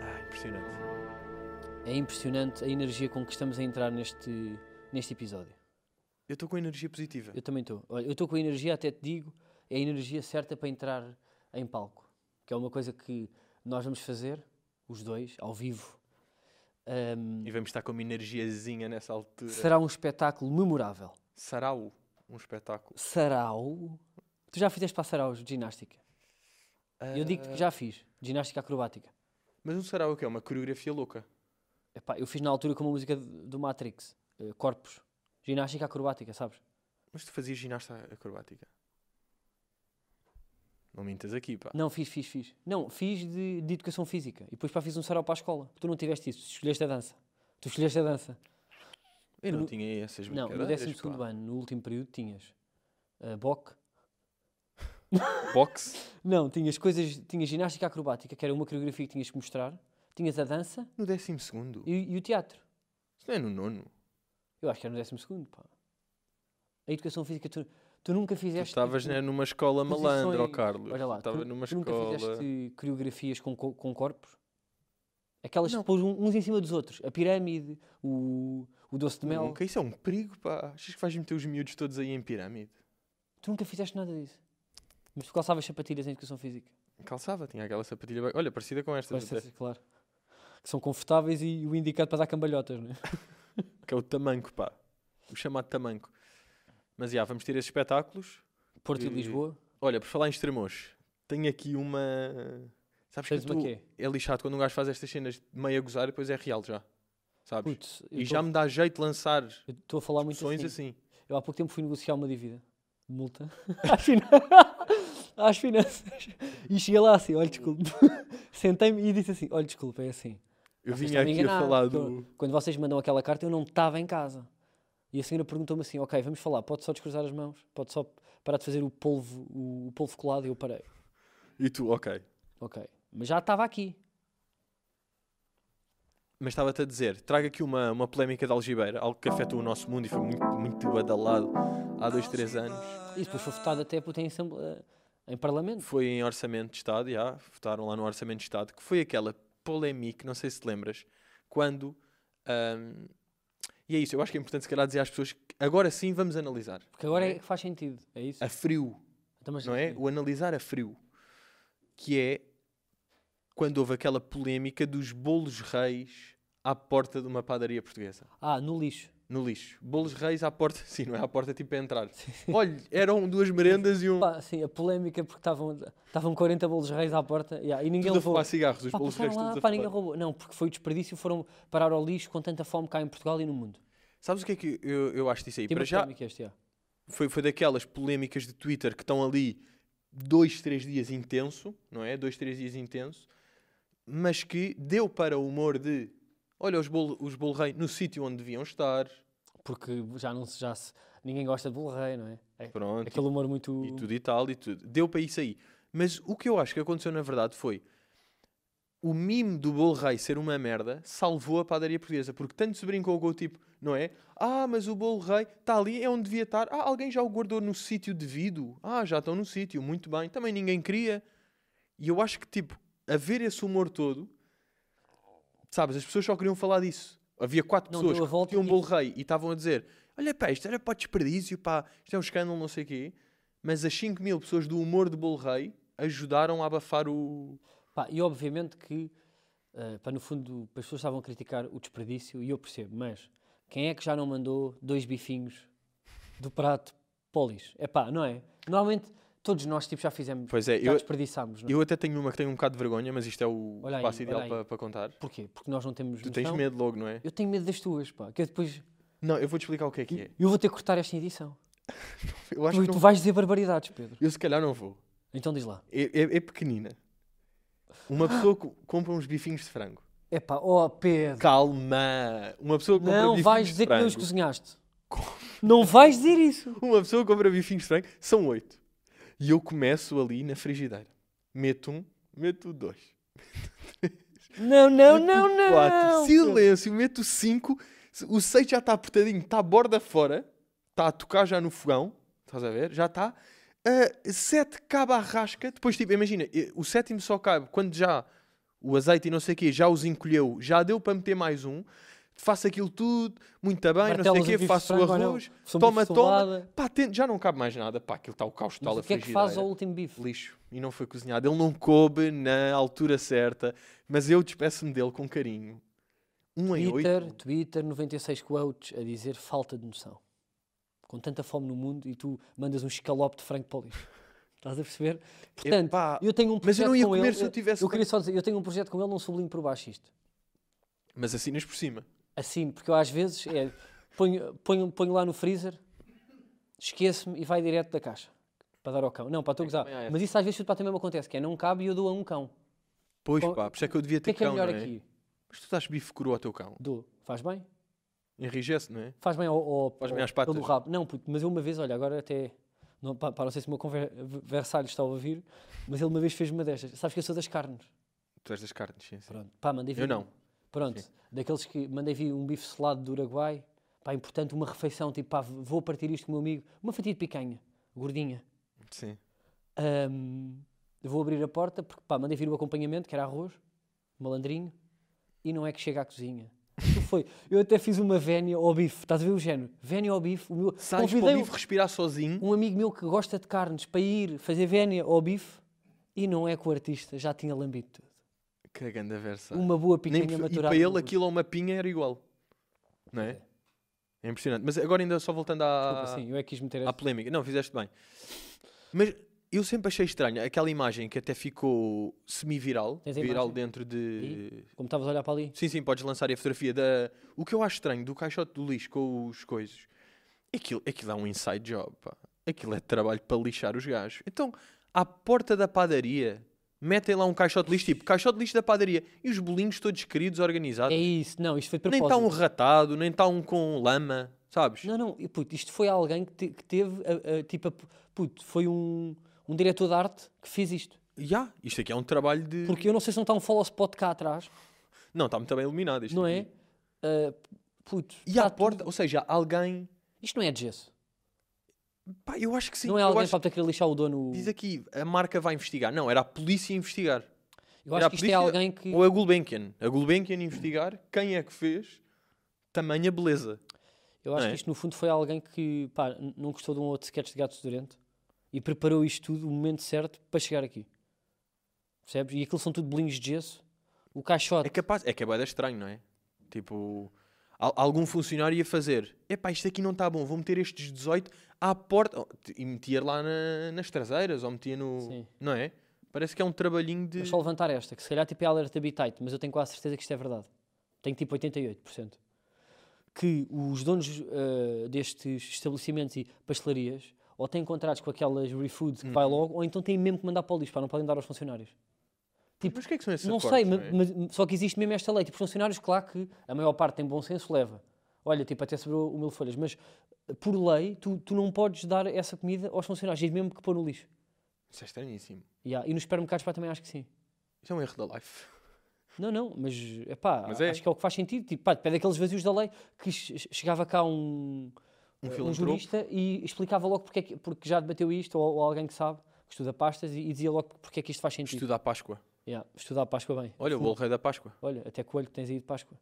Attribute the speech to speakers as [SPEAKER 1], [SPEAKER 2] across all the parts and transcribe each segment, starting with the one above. [SPEAKER 1] Ah, impressionante.
[SPEAKER 2] É impressionante a energia com que estamos a entrar neste, neste episódio.
[SPEAKER 1] Eu estou com energia positiva.
[SPEAKER 2] Eu também estou. Olha, eu estou com a energia, até te digo, é a energia certa para entrar em palco. Que é uma coisa que nós vamos fazer, os dois, ao vivo. Ahm,
[SPEAKER 1] E vamos estar com uma energiazinha nessa altura.
[SPEAKER 2] será um espetáculo memorável.
[SPEAKER 1] Sarau, um espetáculo.
[SPEAKER 2] Sarau? Tu já fizeste para Saraus de ginástica? Eu digo que já fiz, ginástica acrobática.
[SPEAKER 1] Ah, Mas um sarau é o quê? É uma coreografia louca.
[SPEAKER 2] Epá, eu fiz na altura com uma música de- do Matrix, eh, Corpos. Ginástica acrobática, sabes?
[SPEAKER 1] Mas tu fazias ginasta acrobática. Não mintas aqui, pá.
[SPEAKER 2] Não, fiz, fiz, fiz. Não, fiz de, de educação física. E depois pá, fiz um sarau para a escola. Tu não tiveste isso, tu escolheste a dança. Tu escolheste a dança.
[SPEAKER 1] Eu não
[SPEAKER 2] no-
[SPEAKER 1] tinha essas
[SPEAKER 2] Não, no
[SPEAKER 1] brincadeiras,
[SPEAKER 2] 12 segundo
[SPEAKER 1] pá.
[SPEAKER 2] ano, no último período, tinhas eh, boxe.
[SPEAKER 1] Boxe?
[SPEAKER 2] Não, tinhas coisas, tinhas ginástica acrobática, que era uma coreografia que tinhas que mostrar. Tinhas a dança
[SPEAKER 1] No décimo segundo?
[SPEAKER 2] e, e o teatro.
[SPEAKER 1] Isso não é no nono.
[SPEAKER 2] Eu acho que era no 12 segundo, pá. A educação física, tu, tu nunca
[SPEAKER 1] Tu
[SPEAKER 2] fizeste...
[SPEAKER 1] estavas
[SPEAKER 2] tu-
[SPEAKER 1] né, numa escola malandra, ó
[SPEAKER 2] posições-
[SPEAKER 1] Carlos.
[SPEAKER 2] Olha lá,
[SPEAKER 1] Estava
[SPEAKER 2] tu
[SPEAKER 1] numa
[SPEAKER 2] nunca
[SPEAKER 1] escola...
[SPEAKER 2] fizeste coreografias com, co- com corpos? Aquelas
[SPEAKER 1] Não.
[SPEAKER 2] que pôs um- uns em cima dos outros. A pirâmide, o, o doce de mel.
[SPEAKER 1] Nunca, isso é um perigo, pá. Achas que vais meter os miúdos todos aí em pirâmide?
[SPEAKER 2] Tu nunca fizeste nada disso. Mas tu calçavas sapatilhas em educação física.
[SPEAKER 1] Calçava, tinha aquela sapatilha... ba- Olha, parecida com esta,
[SPEAKER 2] Vai ser, assim, claro. Que são confortáveis e o indicado para dar cambalhotas, não é?
[SPEAKER 1] que é o tamanco, pá. O chamado tamanco. Mas, já, vamos ter esses espetáculos.
[SPEAKER 2] Porto e
[SPEAKER 1] E-
[SPEAKER 2] Lisboa.
[SPEAKER 1] Olha, por falar em extremos, tenho aqui uma... Sabes
[SPEAKER 2] Tens
[SPEAKER 1] que eu
[SPEAKER 2] uma
[SPEAKER 1] tô-
[SPEAKER 2] quê?
[SPEAKER 1] é lixado quando um gajo faz estas cenas de meio a gozar e depois é real já. Sabes?
[SPEAKER 2] Putz, eu
[SPEAKER 1] e
[SPEAKER 2] tô-
[SPEAKER 1] já me dá jeito de lançar
[SPEAKER 2] eu estou a falar muito
[SPEAKER 1] discussões
[SPEAKER 2] assim.
[SPEAKER 1] assim.
[SPEAKER 2] Eu há pouco tempo fui negociar uma dívida. de Multa. Às, finan- Às finanças. E cheguei lá assim, olha, desculpe. Sentei-me e disse assim, olha, desculpa, é assim.
[SPEAKER 1] Eu
[SPEAKER 2] Vocês
[SPEAKER 1] vinha
[SPEAKER 2] estão-me
[SPEAKER 1] aqui a
[SPEAKER 2] enganar,
[SPEAKER 1] falar
[SPEAKER 2] porque
[SPEAKER 1] do...
[SPEAKER 2] eu- Quando vocês mandam aquela carta, eu não estava em casa. E a senhora perguntou-me assim: Ok, vamos falar, pode só descruzar as mãos, pode só parar de fazer o polvo, o, o polvo colado. E eu parei.
[SPEAKER 1] E tu, ok.
[SPEAKER 2] Ok. Mas já estava aqui.
[SPEAKER 1] Mas estava-te a dizer, traga aqui uma, uma polémica da algibeira, algo que afetou o nosso mundo e foi muito, muito badalado há dois, três anos.
[SPEAKER 2] E depois foi votado até puta em, assemble- eh, em Parlamento.
[SPEAKER 1] Foi em Orçamento de Estado, já, votaram lá no Orçamento de Estado, que foi aquela polémica, não sei se te lembras, quando... ahm, e é isso, eu acho que é importante se calhar dizer às pessoas que agora sim vamos analisar.
[SPEAKER 2] Porque agora é que faz sentido. É isso?
[SPEAKER 1] A frio,
[SPEAKER 2] Então, mas-
[SPEAKER 1] não é? O analisar a frio. Que é quando houve aquela polémica dos bolos reis à porta de uma padaria portuguesa.
[SPEAKER 2] Ah, no lixo.
[SPEAKER 1] no lixo. Bolos reis à porta, sim, não é à porta tipo a entrar. Olha, eram duas merendas e um.
[SPEAKER 2] Pá, sim, a polémica é porque estavam estavam 40 bolos reis à porta yeah, e ninguém
[SPEAKER 1] Tudo a
[SPEAKER 2] levou.
[SPEAKER 1] fumar cigarros, os
[SPEAKER 2] Pá,
[SPEAKER 1] bolos reis
[SPEAKER 2] passaram lá,
[SPEAKER 1] todos a
[SPEAKER 2] pá, ninguém
[SPEAKER 1] fumar.
[SPEAKER 2] roubou. Não, porque foi o desperdício e foram parar ao lixo com tanta fome cá em Portugal e no mundo.
[SPEAKER 1] Sabes o que é que eu, eu acho disso aí?
[SPEAKER 2] Tem
[SPEAKER 1] Para
[SPEAKER 2] uma
[SPEAKER 1] já,
[SPEAKER 2] polémica este, yeah.
[SPEAKER 1] foi, foi daquelas polémicas de Twitter que estão ali dois, três dias intenso, não é? Dois, três dias intenso, mas que deu para o humor de. Olha, os bolos os bolo rei no sítio onde deviam estar.
[SPEAKER 2] porque já não se, já se- ninguém gosta de bolo rei, não é? É
[SPEAKER 1] Pronto.
[SPEAKER 2] aquele humor muito.
[SPEAKER 1] e tudo e tal e tudo. Deu para isso aí. Mas o que eu acho que aconteceu na verdade foi o mime do bolo rei ser uma merda salvou a padaria portuguesa, porque tanto se brincou com o tipo, não é? Ah, mas o bolo rei está ali, é onde devia estar. Ah, alguém já o guardou no sítio devido. Ah, já estão no sítio, muito bem. Também ninguém queria. E eu acho que, tipo, haver esse humor todo, sabes, as pessoas só queriam falar disso. Havia quatro
[SPEAKER 2] Não
[SPEAKER 1] pessoas
[SPEAKER 2] deu a
[SPEAKER 1] que
[SPEAKER 2] volta
[SPEAKER 1] tinham um
[SPEAKER 2] e-
[SPEAKER 1] bolo rei e estavam a dizer: Olha, pá, isto era para desperdício, pá, isto é um escândalo, não sei o quê. Mas as 5 mil pessoas do humor de bolo rei ajudaram a abafar o.
[SPEAKER 2] Pá, e obviamente que, eh, pá, no fundo, as pessoas estavam a criticar o desperdício e eu percebo, mas quem é que já não mandou dois bifinhos do prato para o lixo? É pá, não é? Normalmente todos nós tipo, já fizemos,
[SPEAKER 1] Pois é,
[SPEAKER 2] já
[SPEAKER 1] eu,
[SPEAKER 2] desperdiçámos, não é?
[SPEAKER 1] eu até tenho uma que tenho um bocado de vergonha, mas isto é o
[SPEAKER 2] Olha aí,
[SPEAKER 1] passo ideal
[SPEAKER 2] olha aí. Então?
[SPEAKER 1] para, para contar.
[SPEAKER 2] Porquê? Porque nós não temos.
[SPEAKER 1] Tu tens
[SPEAKER 2] noção.
[SPEAKER 1] medo logo, não é?
[SPEAKER 2] Eu tenho medo das tuas, pá, que eu depois.
[SPEAKER 1] Não, eu vou-te explicar o que é que é.
[SPEAKER 2] Eu vou ter que cortar esta edição.
[SPEAKER 1] Eu acho
[SPEAKER 2] Tu,
[SPEAKER 1] que
[SPEAKER 2] tu
[SPEAKER 1] não...
[SPEAKER 2] vais dizer barbaridades, Pedro.
[SPEAKER 1] Eu se calhar não vou.
[SPEAKER 2] Então diz lá.
[SPEAKER 1] É, é- é pequenina. Uma pessoa co- compra uns bifinhos de frango.
[SPEAKER 2] É pá, oh Pedro.
[SPEAKER 1] Calma! Uma pessoa compra
[SPEAKER 2] Não
[SPEAKER 1] bifinhos
[SPEAKER 2] vais
[SPEAKER 1] de
[SPEAKER 2] dizer que
[SPEAKER 1] frango.
[SPEAKER 2] não os cozinhaste. Não vais dizer isso.
[SPEAKER 1] Uma pessoa compra bifinhos de frango, são oito. E eu começo ali na frigideira. Meto um, meto dois.
[SPEAKER 2] Não, não, não, não.
[SPEAKER 1] Quatro. Silêncio, meto cinco. O seis já está apertadinho, está a borda fora. Está a tocar já no fogão. Estás a ver? Já tá. está. Ah, sete cabe à rasca. Depois, tipo, imagina, eh, o sétimo só cabe quando já o azeite e não sei o quê, já os encolheu, já deu para meter mais um, faço aquilo tudo, muito bem,
[SPEAKER 2] Martelas
[SPEAKER 1] não
[SPEAKER 2] o
[SPEAKER 1] sei o quê,
[SPEAKER 2] bife
[SPEAKER 1] faço
[SPEAKER 2] de
[SPEAKER 1] o
[SPEAKER 2] frango, olha,
[SPEAKER 1] arroz,
[SPEAKER 2] sou
[SPEAKER 1] toma,
[SPEAKER 2] bife de
[SPEAKER 1] toma,
[SPEAKER 2] salada.
[SPEAKER 1] pá, tento- já não cabe mais nada, pá, aquilo está o caos, está
[SPEAKER 2] Mas
[SPEAKER 1] a
[SPEAKER 2] o que é que faz ao último bife?
[SPEAKER 1] lixo e não foi cozinhado. Ele não coube na altura certa, mas eu despeço-me dele com carinho. Um em
[SPEAKER 2] Twitter,
[SPEAKER 1] oito.
[SPEAKER 2] Twitter, 96 quotes a dizer falta de noção. Com tanta fome no mundo e tu mandas um escalope de frango para o lixo. Estás a perceber? Portanto,
[SPEAKER 1] Epá,
[SPEAKER 2] eu tenho um
[SPEAKER 1] mas
[SPEAKER 2] projeto
[SPEAKER 1] eu não ia
[SPEAKER 2] com
[SPEAKER 1] comer
[SPEAKER 2] ele.
[SPEAKER 1] se eu tivesse
[SPEAKER 2] Eu queria só dizer, eu tenho um projeto com ele, não sublinho por baixo isto.
[SPEAKER 1] Mas assinas por cima.
[SPEAKER 2] Assim, porque eu às vezes é, ponho, ponho, ponho lá no freezer, esqueço-me e vai direto da caixa para dar ao cão. Não, para estou a gozar.
[SPEAKER 1] É também há essa.
[SPEAKER 2] Mas isso às vezes também me acontece, que é não cabe e eu dou a um cão.
[SPEAKER 1] Pois
[SPEAKER 2] Bom,
[SPEAKER 1] pá, por isso é que eu devia
[SPEAKER 2] O que
[SPEAKER 1] ter
[SPEAKER 2] é que é
[SPEAKER 1] cão,
[SPEAKER 2] melhor
[SPEAKER 1] não é?
[SPEAKER 2] aqui?
[SPEAKER 1] Mas tu dás bife cru ao teu cão.
[SPEAKER 2] Dou. Faz bem?
[SPEAKER 1] Enrijece, não é?
[SPEAKER 2] Faz bem ao, ao,
[SPEAKER 1] Faz bem
[SPEAKER 2] ao-
[SPEAKER 1] às patas.
[SPEAKER 2] pelo rabo. Não, puto, mas eu uma vez, olha, agora até. Não, pá, pá, não sei se o meu conver- versalho está a ouvir, mas ele uma vez fez-me uma destas. Sabes que eu sou das carnes.
[SPEAKER 1] Tu és das carnes, sim, sim.
[SPEAKER 2] Pronto, pá, mandei vir.
[SPEAKER 1] Eu não.
[SPEAKER 2] Pronto, daqueles que mandei vir um bife selado do Uruguai, pá, importante, uma refeição, tipo, pá, vou partir isto com o meu amigo, uma fatia de picanha, gordinha.
[SPEAKER 1] Sim.
[SPEAKER 2] Ahm, vou abrir a porta, porque pá, mandei vir o acompanhamento, que era arroz, malandrinho, e não é que chega à cozinha. Aquilo Foi. Eu até fiz uma vénia ao bife, estás a ver o género? Vénia ao bife. O meu...
[SPEAKER 1] Sais para o
[SPEAKER 2] Convidei
[SPEAKER 1] bife respirar sozinho.
[SPEAKER 2] um amigo meu que gosta de carnes para ir fazer vénia ao bife e não é que o artista já tinha lambido tudo.
[SPEAKER 1] Que é grande versa.
[SPEAKER 2] Uma boa
[SPEAKER 1] Tá. Nem perce-
[SPEAKER 2] picanha
[SPEAKER 1] E
[SPEAKER 2] maturada.
[SPEAKER 1] para
[SPEAKER 2] no
[SPEAKER 1] ele
[SPEAKER 2] gosto.
[SPEAKER 1] aquilo a uma pinha era igual. Não é? É impressionante. Mas agora ainda só voltando à...
[SPEAKER 2] Desculpa, sim, eu é que quis meter
[SPEAKER 1] à
[SPEAKER 2] essa.
[SPEAKER 1] polémica. Não, fizeste bem. Mas eu sempre achei estranho aquela imagem que até ficou semi-viral,
[SPEAKER 2] Tens a
[SPEAKER 1] viral
[SPEAKER 2] imagem?
[SPEAKER 1] dentro de.
[SPEAKER 2] Como estavas a olhar para ali.
[SPEAKER 1] Sim, sim, podes lançar aí a fotografia da. O que eu acho estranho do caixote do lixo com os coisas. Aquilo, aquilo é um inside job, pá. Aquilo é trabalho para lixar os gajos. Então, à porta da padaria, metem lá um caixote de lixo, tipo, caixote de lixo da padaria. E os bolinhos todos queridos,
[SPEAKER 2] É
[SPEAKER 1] organizados.
[SPEAKER 2] isso, não, isto foi de
[SPEAKER 1] Ah. nem
[SPEAKER 2] propósito.
[SPEAKER 1] está um ratado, nem está um com lama, sabes?
[SPEAKER 2] Não, não, e, puto, isto foi alguém que, te- que teve, a- a- tipo, a- puto, foi um, um diretor de arte que fez isto.
[SPEAKER 1] Já, isto aqui é um trabalho de.
[SPEAKER 2] Porque eu não sei se não está um follow spot cá atrás,
[SPEAKER 1] Não, está muito bem iluminado isto.
[SPEAKER 2] não
[SPEAKER 1] aqui.
[SPEAKER 2] é? Tá Ah, puto,
[SPEAKER 1] E
[SPEAKER 2] está
[SPEAKER 1] à porta, ou seja, alguém.
[SPEAKER 2] tudo- Isto não é de gesso.
[SPEAKER 1] Pá, eu acho que sim.
[SPEAKER 2] não é
[SPEAKER 1] eu
[SPEAKER 2] alguém
[SPEAKER 1] acho-
[SPEAKER 2] para ter que lixar o dono.
[SPEAKER 1] Diz aqui, a marca vai investigar. Não, era a polícia a investigar.
[SPEAKER 2] Eu
[SPEAKER 1] era
[SPEAKER 2] acho
[SPEAKER 1] a
[SPEAKER 2] que isto é
[SPEAKER 1] polícia
[SPEAKER 2] alguém que.
[SPEAKER 1] Ou a Gulbenkian. A Gulbenkian investigar quem é que fez tamanha beleza.
[SPEAKER 2] Eu acho
[SPEAKER 1] Não é?
[SPEAKER 2] que isto, no fundo, foi alguém que pá, n- não gostou de um outro sketch de Gatos Durante e preparou isto tudo, o momento certo, para chegar aqui. Percebes? E aquilo são tudo bolinhos de gesso. O caixote.
[SPEAKER 1] É capaz, é que é bué da estranho, não é? Tipo, al- algum funcionário ia fazer. Epá, isto aqui não está bom, vou meter estes 18 à porta. Oh, E metia lá na- nas traseiras, ou metia no...
[SPEAKER 2] Sim.
[SPEAKER 1] Não é? Parece que é um trabalhinho de...
[SPEAKER 2] Vou só levantar esta, que se calhar tipo é alert habitat, mas eu tenho quase certeza que isto é verdade. Tenho tipo 88%. Que os donos eh, destes estabelecimentos e pastelarias ou têm contratos com aquelas refoods que vai
[SPEAKER 1] Uhum.
[SPEAKER 2] logo, ou então têm mesmo que mandar para o lixo, pá, não podem dar aos funcionários.
[SPEAKER 1] Mas o que é que são esses
[SPEAKER 2] tipo, Não
[SPEAKER 1] acordos,
[SPEAKER 2] sei,
[SPEAKER 1] não
[SPEAKER 2] ma-
[SPEAKER 1] é?
[SPEAKER 2] mas, só que existe mesmo esta lei. Tipo, os funcionários, claro que a maior parte tem bom senso, leva. Olha, tipo, até sobrou o mil folhas, mas eh, por lei, tu, tu não podes dar essa comida aos funcionários, tens mesmo que pôr no lixo.
[SPEAKER 1] Isso é estranhíssimo.
[SPEAKER 2] Yeah, E nos supermercados, pá, também acho que sim.
[SPEAKER 1] Isso é um erro da life.
[SPEAKER 2] Não, não, mas, epá,
[SPEAKER 1] Mas é.
[SPEAKER 2] acho que é o que faz sentido. Tipo, pá, pede aqueles vazios da lei que che- che- chegava cá um,
[SPEAKER 1] Um
[SPEAKER 2] eh,
[SPEAKER 1] filantropo.
[SPEAKER 2] jurista e explicava logo porque, é que- porque já debateu isto, ou, ou alguém que sabe, que estuda pastas, e, e dizia logo porque é que isto faz sentido.
[SPEAKER 1] Estuda a Páscoa.
[SPEAKER 2] Yeah, estudar a Páscoa bem.
[SPEAKER 1] Olha, o bolo rei da Páscoa.
[SPEAKER 2] Olha, até coelho que tens aí de Páscoa.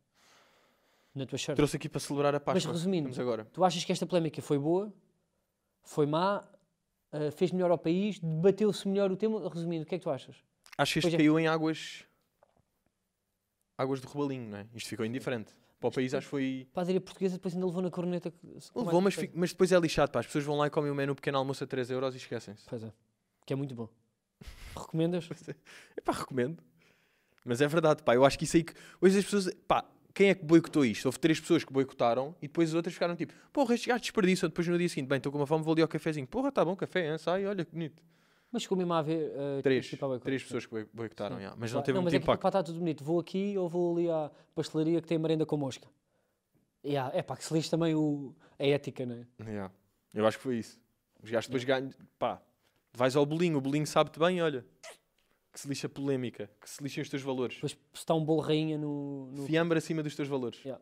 [SPEAKER 2] Na tua shirt.
[SPEAKER 1] Trouxe aqui para celebrar a Páscoa.
[SPEAKER 2] resumindo,
[SPEAKER 1] Estamos agora.
[SPEAKER 2] Tu achas que esta polémica foi boa? Foi má? eh, fez melhor ao país? Debateu-se melhor o tema? Resumindo, o que é que tu achas?
[SPEAKER 1] Acho que isto
[SPEAKER 2] pois é.
[SPEAKER 1] caiu em águas. Águas de rebalinho, não é? Isto ficou indiferente. Para o país, acho que foi.
[SPEAKER 2] A padaria portuguesa depois ainda levou na corneta. que- com mais
[SPEAKER 1] Levou, mas,
[SPEAKER 2] coisa.
[SPEAKER 1] fi- mas depois é lixado, pá. As pessoas vão lá e comem o menu pequeno almoço a 3 euros e esquecem-se.
[SPEAKER 2] Pois é. Que é muito bom. Recomendas?
[SPEAKER 1] Epá, recomendo. Mas é verdade, pá. Eu acho que isso aí que. Hoje as pessoas. Pá, quem é que boicotou isto? Houve três pessoas que boicotaram e depois as outras ficaram tipo, porra, estes gajos desperdiçam. Depois no dia seguinte, bem, estou com uma fome, vou ali ao cafezinho. Porra, tá bom, café, hein? sai, olha que bonito.
[SPEAKER 2] Mas chegou mesmo a haver. eh,
[SPEAKER 1] Três.
[SPEAKER 2] tipo, a boicote.
[SPEAKER 1] Três pessoas que boi- boicotaram,
[SPEAKER 2] Sim.
[SPEAKER 1] já. mas
[SPEAKER 2] Claro.
[SPEAKER 1] não teve
[SPEAKER 2] mas
[SPEAKER 1] muito
[SPEAKER 2] é que,
[SPEAKER 1] impacto.
[SPEAKER 2] pá, está tudo bonito. Vou aqui ou vou ali à pastelaria que tem merenda com mosca. Yeah, é pá, que se lixe também o, a ética, não é?
[SPEAKER 1] Yeah. Eu acho que foi isso. Os gajos depois ganham. Pá, vais ao bolinho, o bolinho sabe-te bem, olha. Que se lixa a polémica, que se lixem os teus valores.
[SPEAKER 2] Depois se está um bolo rainha no. no-
[SPEAKER 1] Fiambre acima dos teus valores.
[SPEAKER 2] Yeah.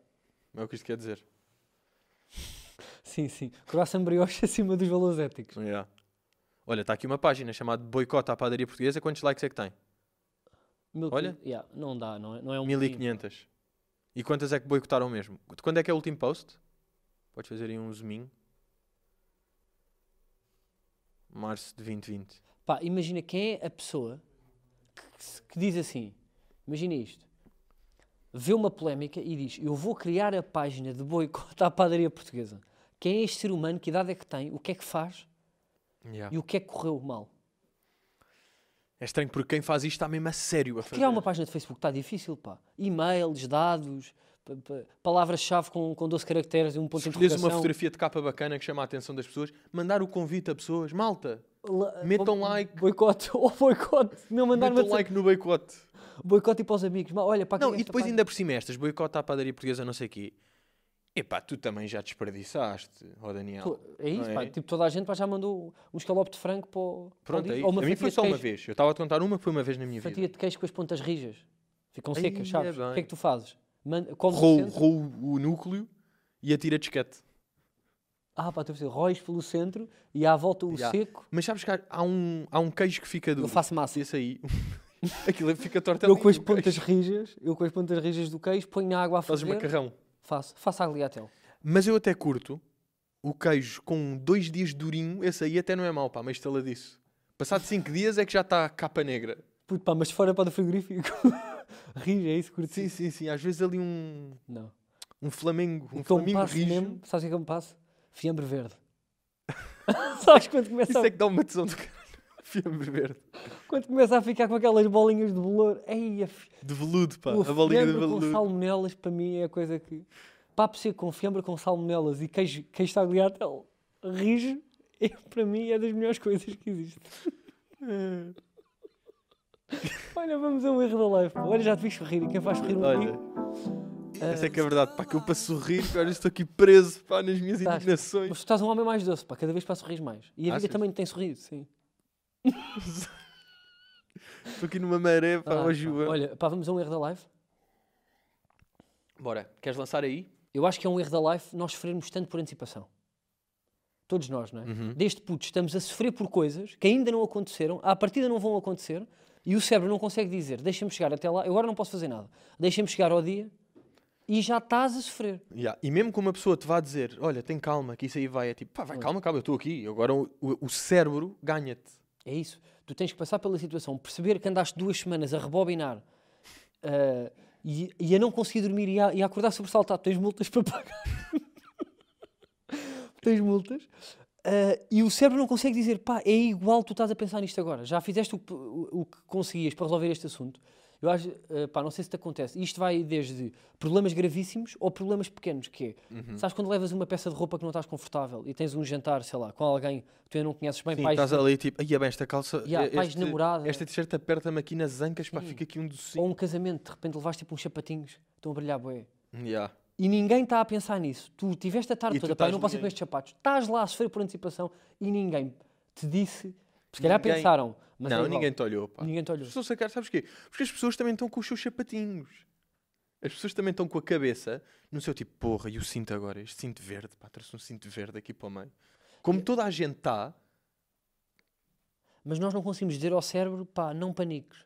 [SPEAKER 1] É o que isto quer dizer.
[SPEAKER 2] Sim, sim. Croissant brioche acima dos valores éticos.
[SPEAKER 1] tá Olha, está aqui uma página chamada Boicota à Padaria Portuguesa. Quantos likes é que tem?
[SPEAKER 2] Mil quin-
[SPEAKER 1] Olha.
[SPEAKER 2] Yeah, não dá, não é, não é um mínimo.
[SPEAKER 1] 1500. E quantas é que boicotaram mesmo? De Quando é que é o último post? Podes fazer aí um zoominho. Março de 2020.
[SPEAKER 2] Pá, imagina quem é a pessoa que- que, se- que diz assim: imagina isto, vê uma polémica e diz: Eu vou criar a página de boicote à padaria portuguesa. Quem é este ser humano? Que idade é que tem? O que é que faz?
[SPEAKER 1] Yeah.
[SPEAKER 2] E o que é que correu mal?
[SPEAKER 1] É estranho porque quem faz isto está mesmo a sério a fazer.
[SPEAKER 2] Criar uma página de Facebook está difícil, pá. E-mails, dados, pa- pa- palavras-chave com, com 12 caracteres e um ponto de
[SPEAKER 1] Escolheres uma
[SPEAKER 2] interrogação.
[SPEAKER 1] fotografia de capa bacana que chama a atenção das pessoas, mandar o convite a pessoas, malta,
[SPEAKER 2] La-
[SPEAKER 1] metam like,
[SPEAKER 2] Boicote, ou boicote, não mandar
[SPEAKER 1] metam um
[SPEAKER 2] WhatsApp.
[SPEAKER 1] like no boicote.
[SPEAKER 2] boicote e para os amigos. Mas olha, pá,
[SPEAKER 1] Não,
[SPEAKER 2] quem é
[SPEAKER 1] e
[SPEAKER 2] esta
[SPEAKER 1] depois
[SPEAKER 2] página?
[SPEAKER 1] ainda por cima estas, boicota à padaria portuguesa, não sei o quê. Epá, tu também já desperdiçaste, ó Daniel.
[SPEAKER 2] Pô, É isso,
[SPEAKER 1] não
[SPEAKER 2] pá.
[SPEAKER 1] é?
[SPEAKER 2] Tipo, toda a gente pá, já mandou um escalope de frango para o. para o
[SPEAKER 1] Pronto,
[SPEAKER 2] lixo,
[SPEAKER 1] é
[SPEAKER 2] ou
[SPEAKER 1] isso. A mim
[SPEAKER 2] fatia
[SPEAKER 1] foi
[SPEAKER 2] de
[SPEAKER 1] só uma
[SPEAKER 2] queijo-
[SPEAKER 1] vez. Eu estava a te contar uma, foi uma vez na minha vida.
[SPEAKER 2] Fatia de queijo com as pontas rijas. Ficam
[SPEAKER 1] Ai,
[SPEAKER 2] secas,
[SPEAKER 1] é
[SPEAKER 2] sabes? O que é
[SPEAKER 1] bem.
[SPEAKER 2] que tu fazes? Man... Comes o
[SPEAKER 1] Rou,
[SPEAKER 2] centro-
[SPEAKER 1] rou o núcleo e atira disquete.
[SPEAKER 2] Ah, pá, tu róis pelo centro e à volta o
[SPEAKER 1] Já.
[SPEAKER 2] seco.
[SPEAKER 1] Mas sabes que há, há um, há um queijo que fica duro.
[SPEAKER 2] Eu faço massa.
[SPEAKER 1] Esse aí. Aquilo fica torto
[SPEAKER 2] Eu
[SPEAKER 1] ali,
[SPEAKER 2] com as
[SPEAKER 1] o
[SPEAKER 2] pontas
[SPEAKER 1] queijo.
[SPEAKER 2] rijas, eu com as pontas rijas do queijo, ponho a água a
[SPEAKER 1] Fazes
[SPEAKER 2] ferver.
[SPEAKER 1] macarrão.
[SPEAKER 2] Faço, faço a gliatel.
[SPEAKER 1] Mas eu até curto o queijo com dois dias durinho. Esse aí até não é mau, pá, mas estela disso. Passado cinco dias é que já está capa negra.
[SPEAKER 2] Puto, pá, mas fora para do frigorífico. Rija, é isso, curto.
[SPEAKER 1] Sim, sim, sim. Às vezes ali um,
[SPEAKER 2] Não.
[SPEAKER 1] um flamengo, um
[SPEAKER 2] O que eu me
[SPEAKER 1] flamingo
[SPEAKER 2] passo
[SPEAKER 1] rijo.
[SPEAKER 2] mesmo, sabes o que é que eu me passo? Fiambre verde. sabes quando começa
[SPEAKER 1] Isso
[SPEAKER 2] a
[SPEAKER 1] é que dá uma tesão do caralho. Fiambre verde.
[SPEAKER 2] Quando começa a ficar com aquelas bolinhas de bolor, ei, a, f-
[SPEAKER 1] De veludo, pá.
[SPEAKER 2] o
[SPEAKER 1] a bolinha de
[SPEAKER 2] fiambre com
[SPEAKER 1] veludo.
[SPEAKER 2] salmonelas para mim é a coisa que. Papo seco com fiambre com salmonelas e queijo, queijo tagliatelle, rijo, é, para mim é das melhores coisas que existe. Olha, vamos ao erro da live. pá. Olha, já te fiz sorrir e quem faz sorrir um
[SPEAKER 1] Olha.
[SPEAKER 2] Olha,
[SPEAKER 1] Essa é que é a verdade, pá, que eu para sorrir, que agora estou aqui preso, pá, nas minhas
[SPEAKER 2] Estás.
[SPEAKER 1] indignações.
[SPEAKER 2] Mas tu estás um homem mais doce, pá, cada vez para sorrir mais. E a vida
[SPEAKER 1] Achas?
[SPEAKER 2] também tem sorrido, sim.
[SPEAKER 1] Estou aqui numa maré, pá,
[SPEAKER 2] Ah,
[SPEAKER 1] hoje
[SPEAKER 2] pá,
[SPEAKER 1] o-
[SPEAKER 2] Olha, pá, vamos a um erro da live.
[SPEAKER 1] Bora, queres lançar aí?
[SPEAKER 2] Eu acho que é um erro da life nós sofrermos tanto por antecipação. Todos nós, não é? Desde putos estamos a sofrer por coisas que ainda não aconteceram, à partida não vão acontecer, e o cérebro não consegue dizer, deixa-me chegar até lá, eu agora não posso fazer nada, deixa-me chegar ao dia, e já estás a sofrer.
[SPEAKER 1] Ya, E mesmo que uma pessoa te vá dizer, olha, tem calma, que isso aí vai, é tipo, pá, vai, calma, calma, eu estou aqui. Agora o, o- o cérebro ganha-te.
[SPEAKER 2] É isso. Tu tens que passar pela situação, perceber que andaste duas semanas a rebobinar ah, e, e a não conseguir dormir e a, e a acordar sobressaltado. Tens multas para pagar. tens multas. Ah, e o cérebro não consegue dizer, pá, é igual tu estás a pensar nisto agora. Já fizeste o, que- o- o que conseguias para resolver este assunto. Eu acho, ah, pá, não sei se te acontece. Isto vai desde problemas gravíssimos ou problemas pequenos, que é,
[SPEAKER 1] Uhum.
[SPEAKER 2] sabes quando levas uma peça de roupa que não estás confortável e tens um jantar, sei lá, com alguém que tu ainda não conheces bem,
[SPEAKER 1] Sim,
[SPEAKER 2] pais
[SPEAKER 1] estás ali tipo, ai, é bem, esta calça.
[SPEAKER 2] Ya,
[SPEAKER 1] eh,
[SPEAKER 2] pais de namorada.
[SPEAKER 1] Esta t-shirt aperta-me aqui nas ancas,
[SPEAKER 2] Hum.
[SPEAKER 1] pá, fica aqui um
[SPEAKER 2] Ou
[SPEAKER 1] docinho.
[SPEAKER 2] um casamento, de repente levaste tipo uns sapatinhos, estão a brilhar bué.
[SPEAKER 1] Ya.
[SPEAKER 2] E ninguém está a pensar nisso. Tu tiveste a tarde
[SPEAKER 1] E tu
[SPEAKER 2] toda, pá, eu
[SPEAKER 1] estás
[SPEAKER 2] não posso ir
[SPEAKER 1] ninguém.
[SPEAKER 2] com estes sapatos. Estás lá a sofrer por antecipação e ninguém te disse. Se calhar
[SPEAKER 1] Ninguém-
[SPEAKER 2] pensaram, mas é
[SPEAKER 1] não,
[SPEAKER 2] igual.
[SPEAKER 1] ninguém te olhou, pá.
[SPEAKER 2] Ninguém te olhou.
[SPEAKER 1] As pessoas sacaram, sabes quê? Porque as pessoas também estão com os seus sapatinhos. As pessoas também estão com a cabeça no seu tipo, porra, e o cinto agora? Este cinto verde, pá, trouxe um cinto verde aqui para o meio. Como toda a gente tá, está,
[SPEAKER 2] Mas nós não conseguimos dizer ao cérebro, pá, não paniques.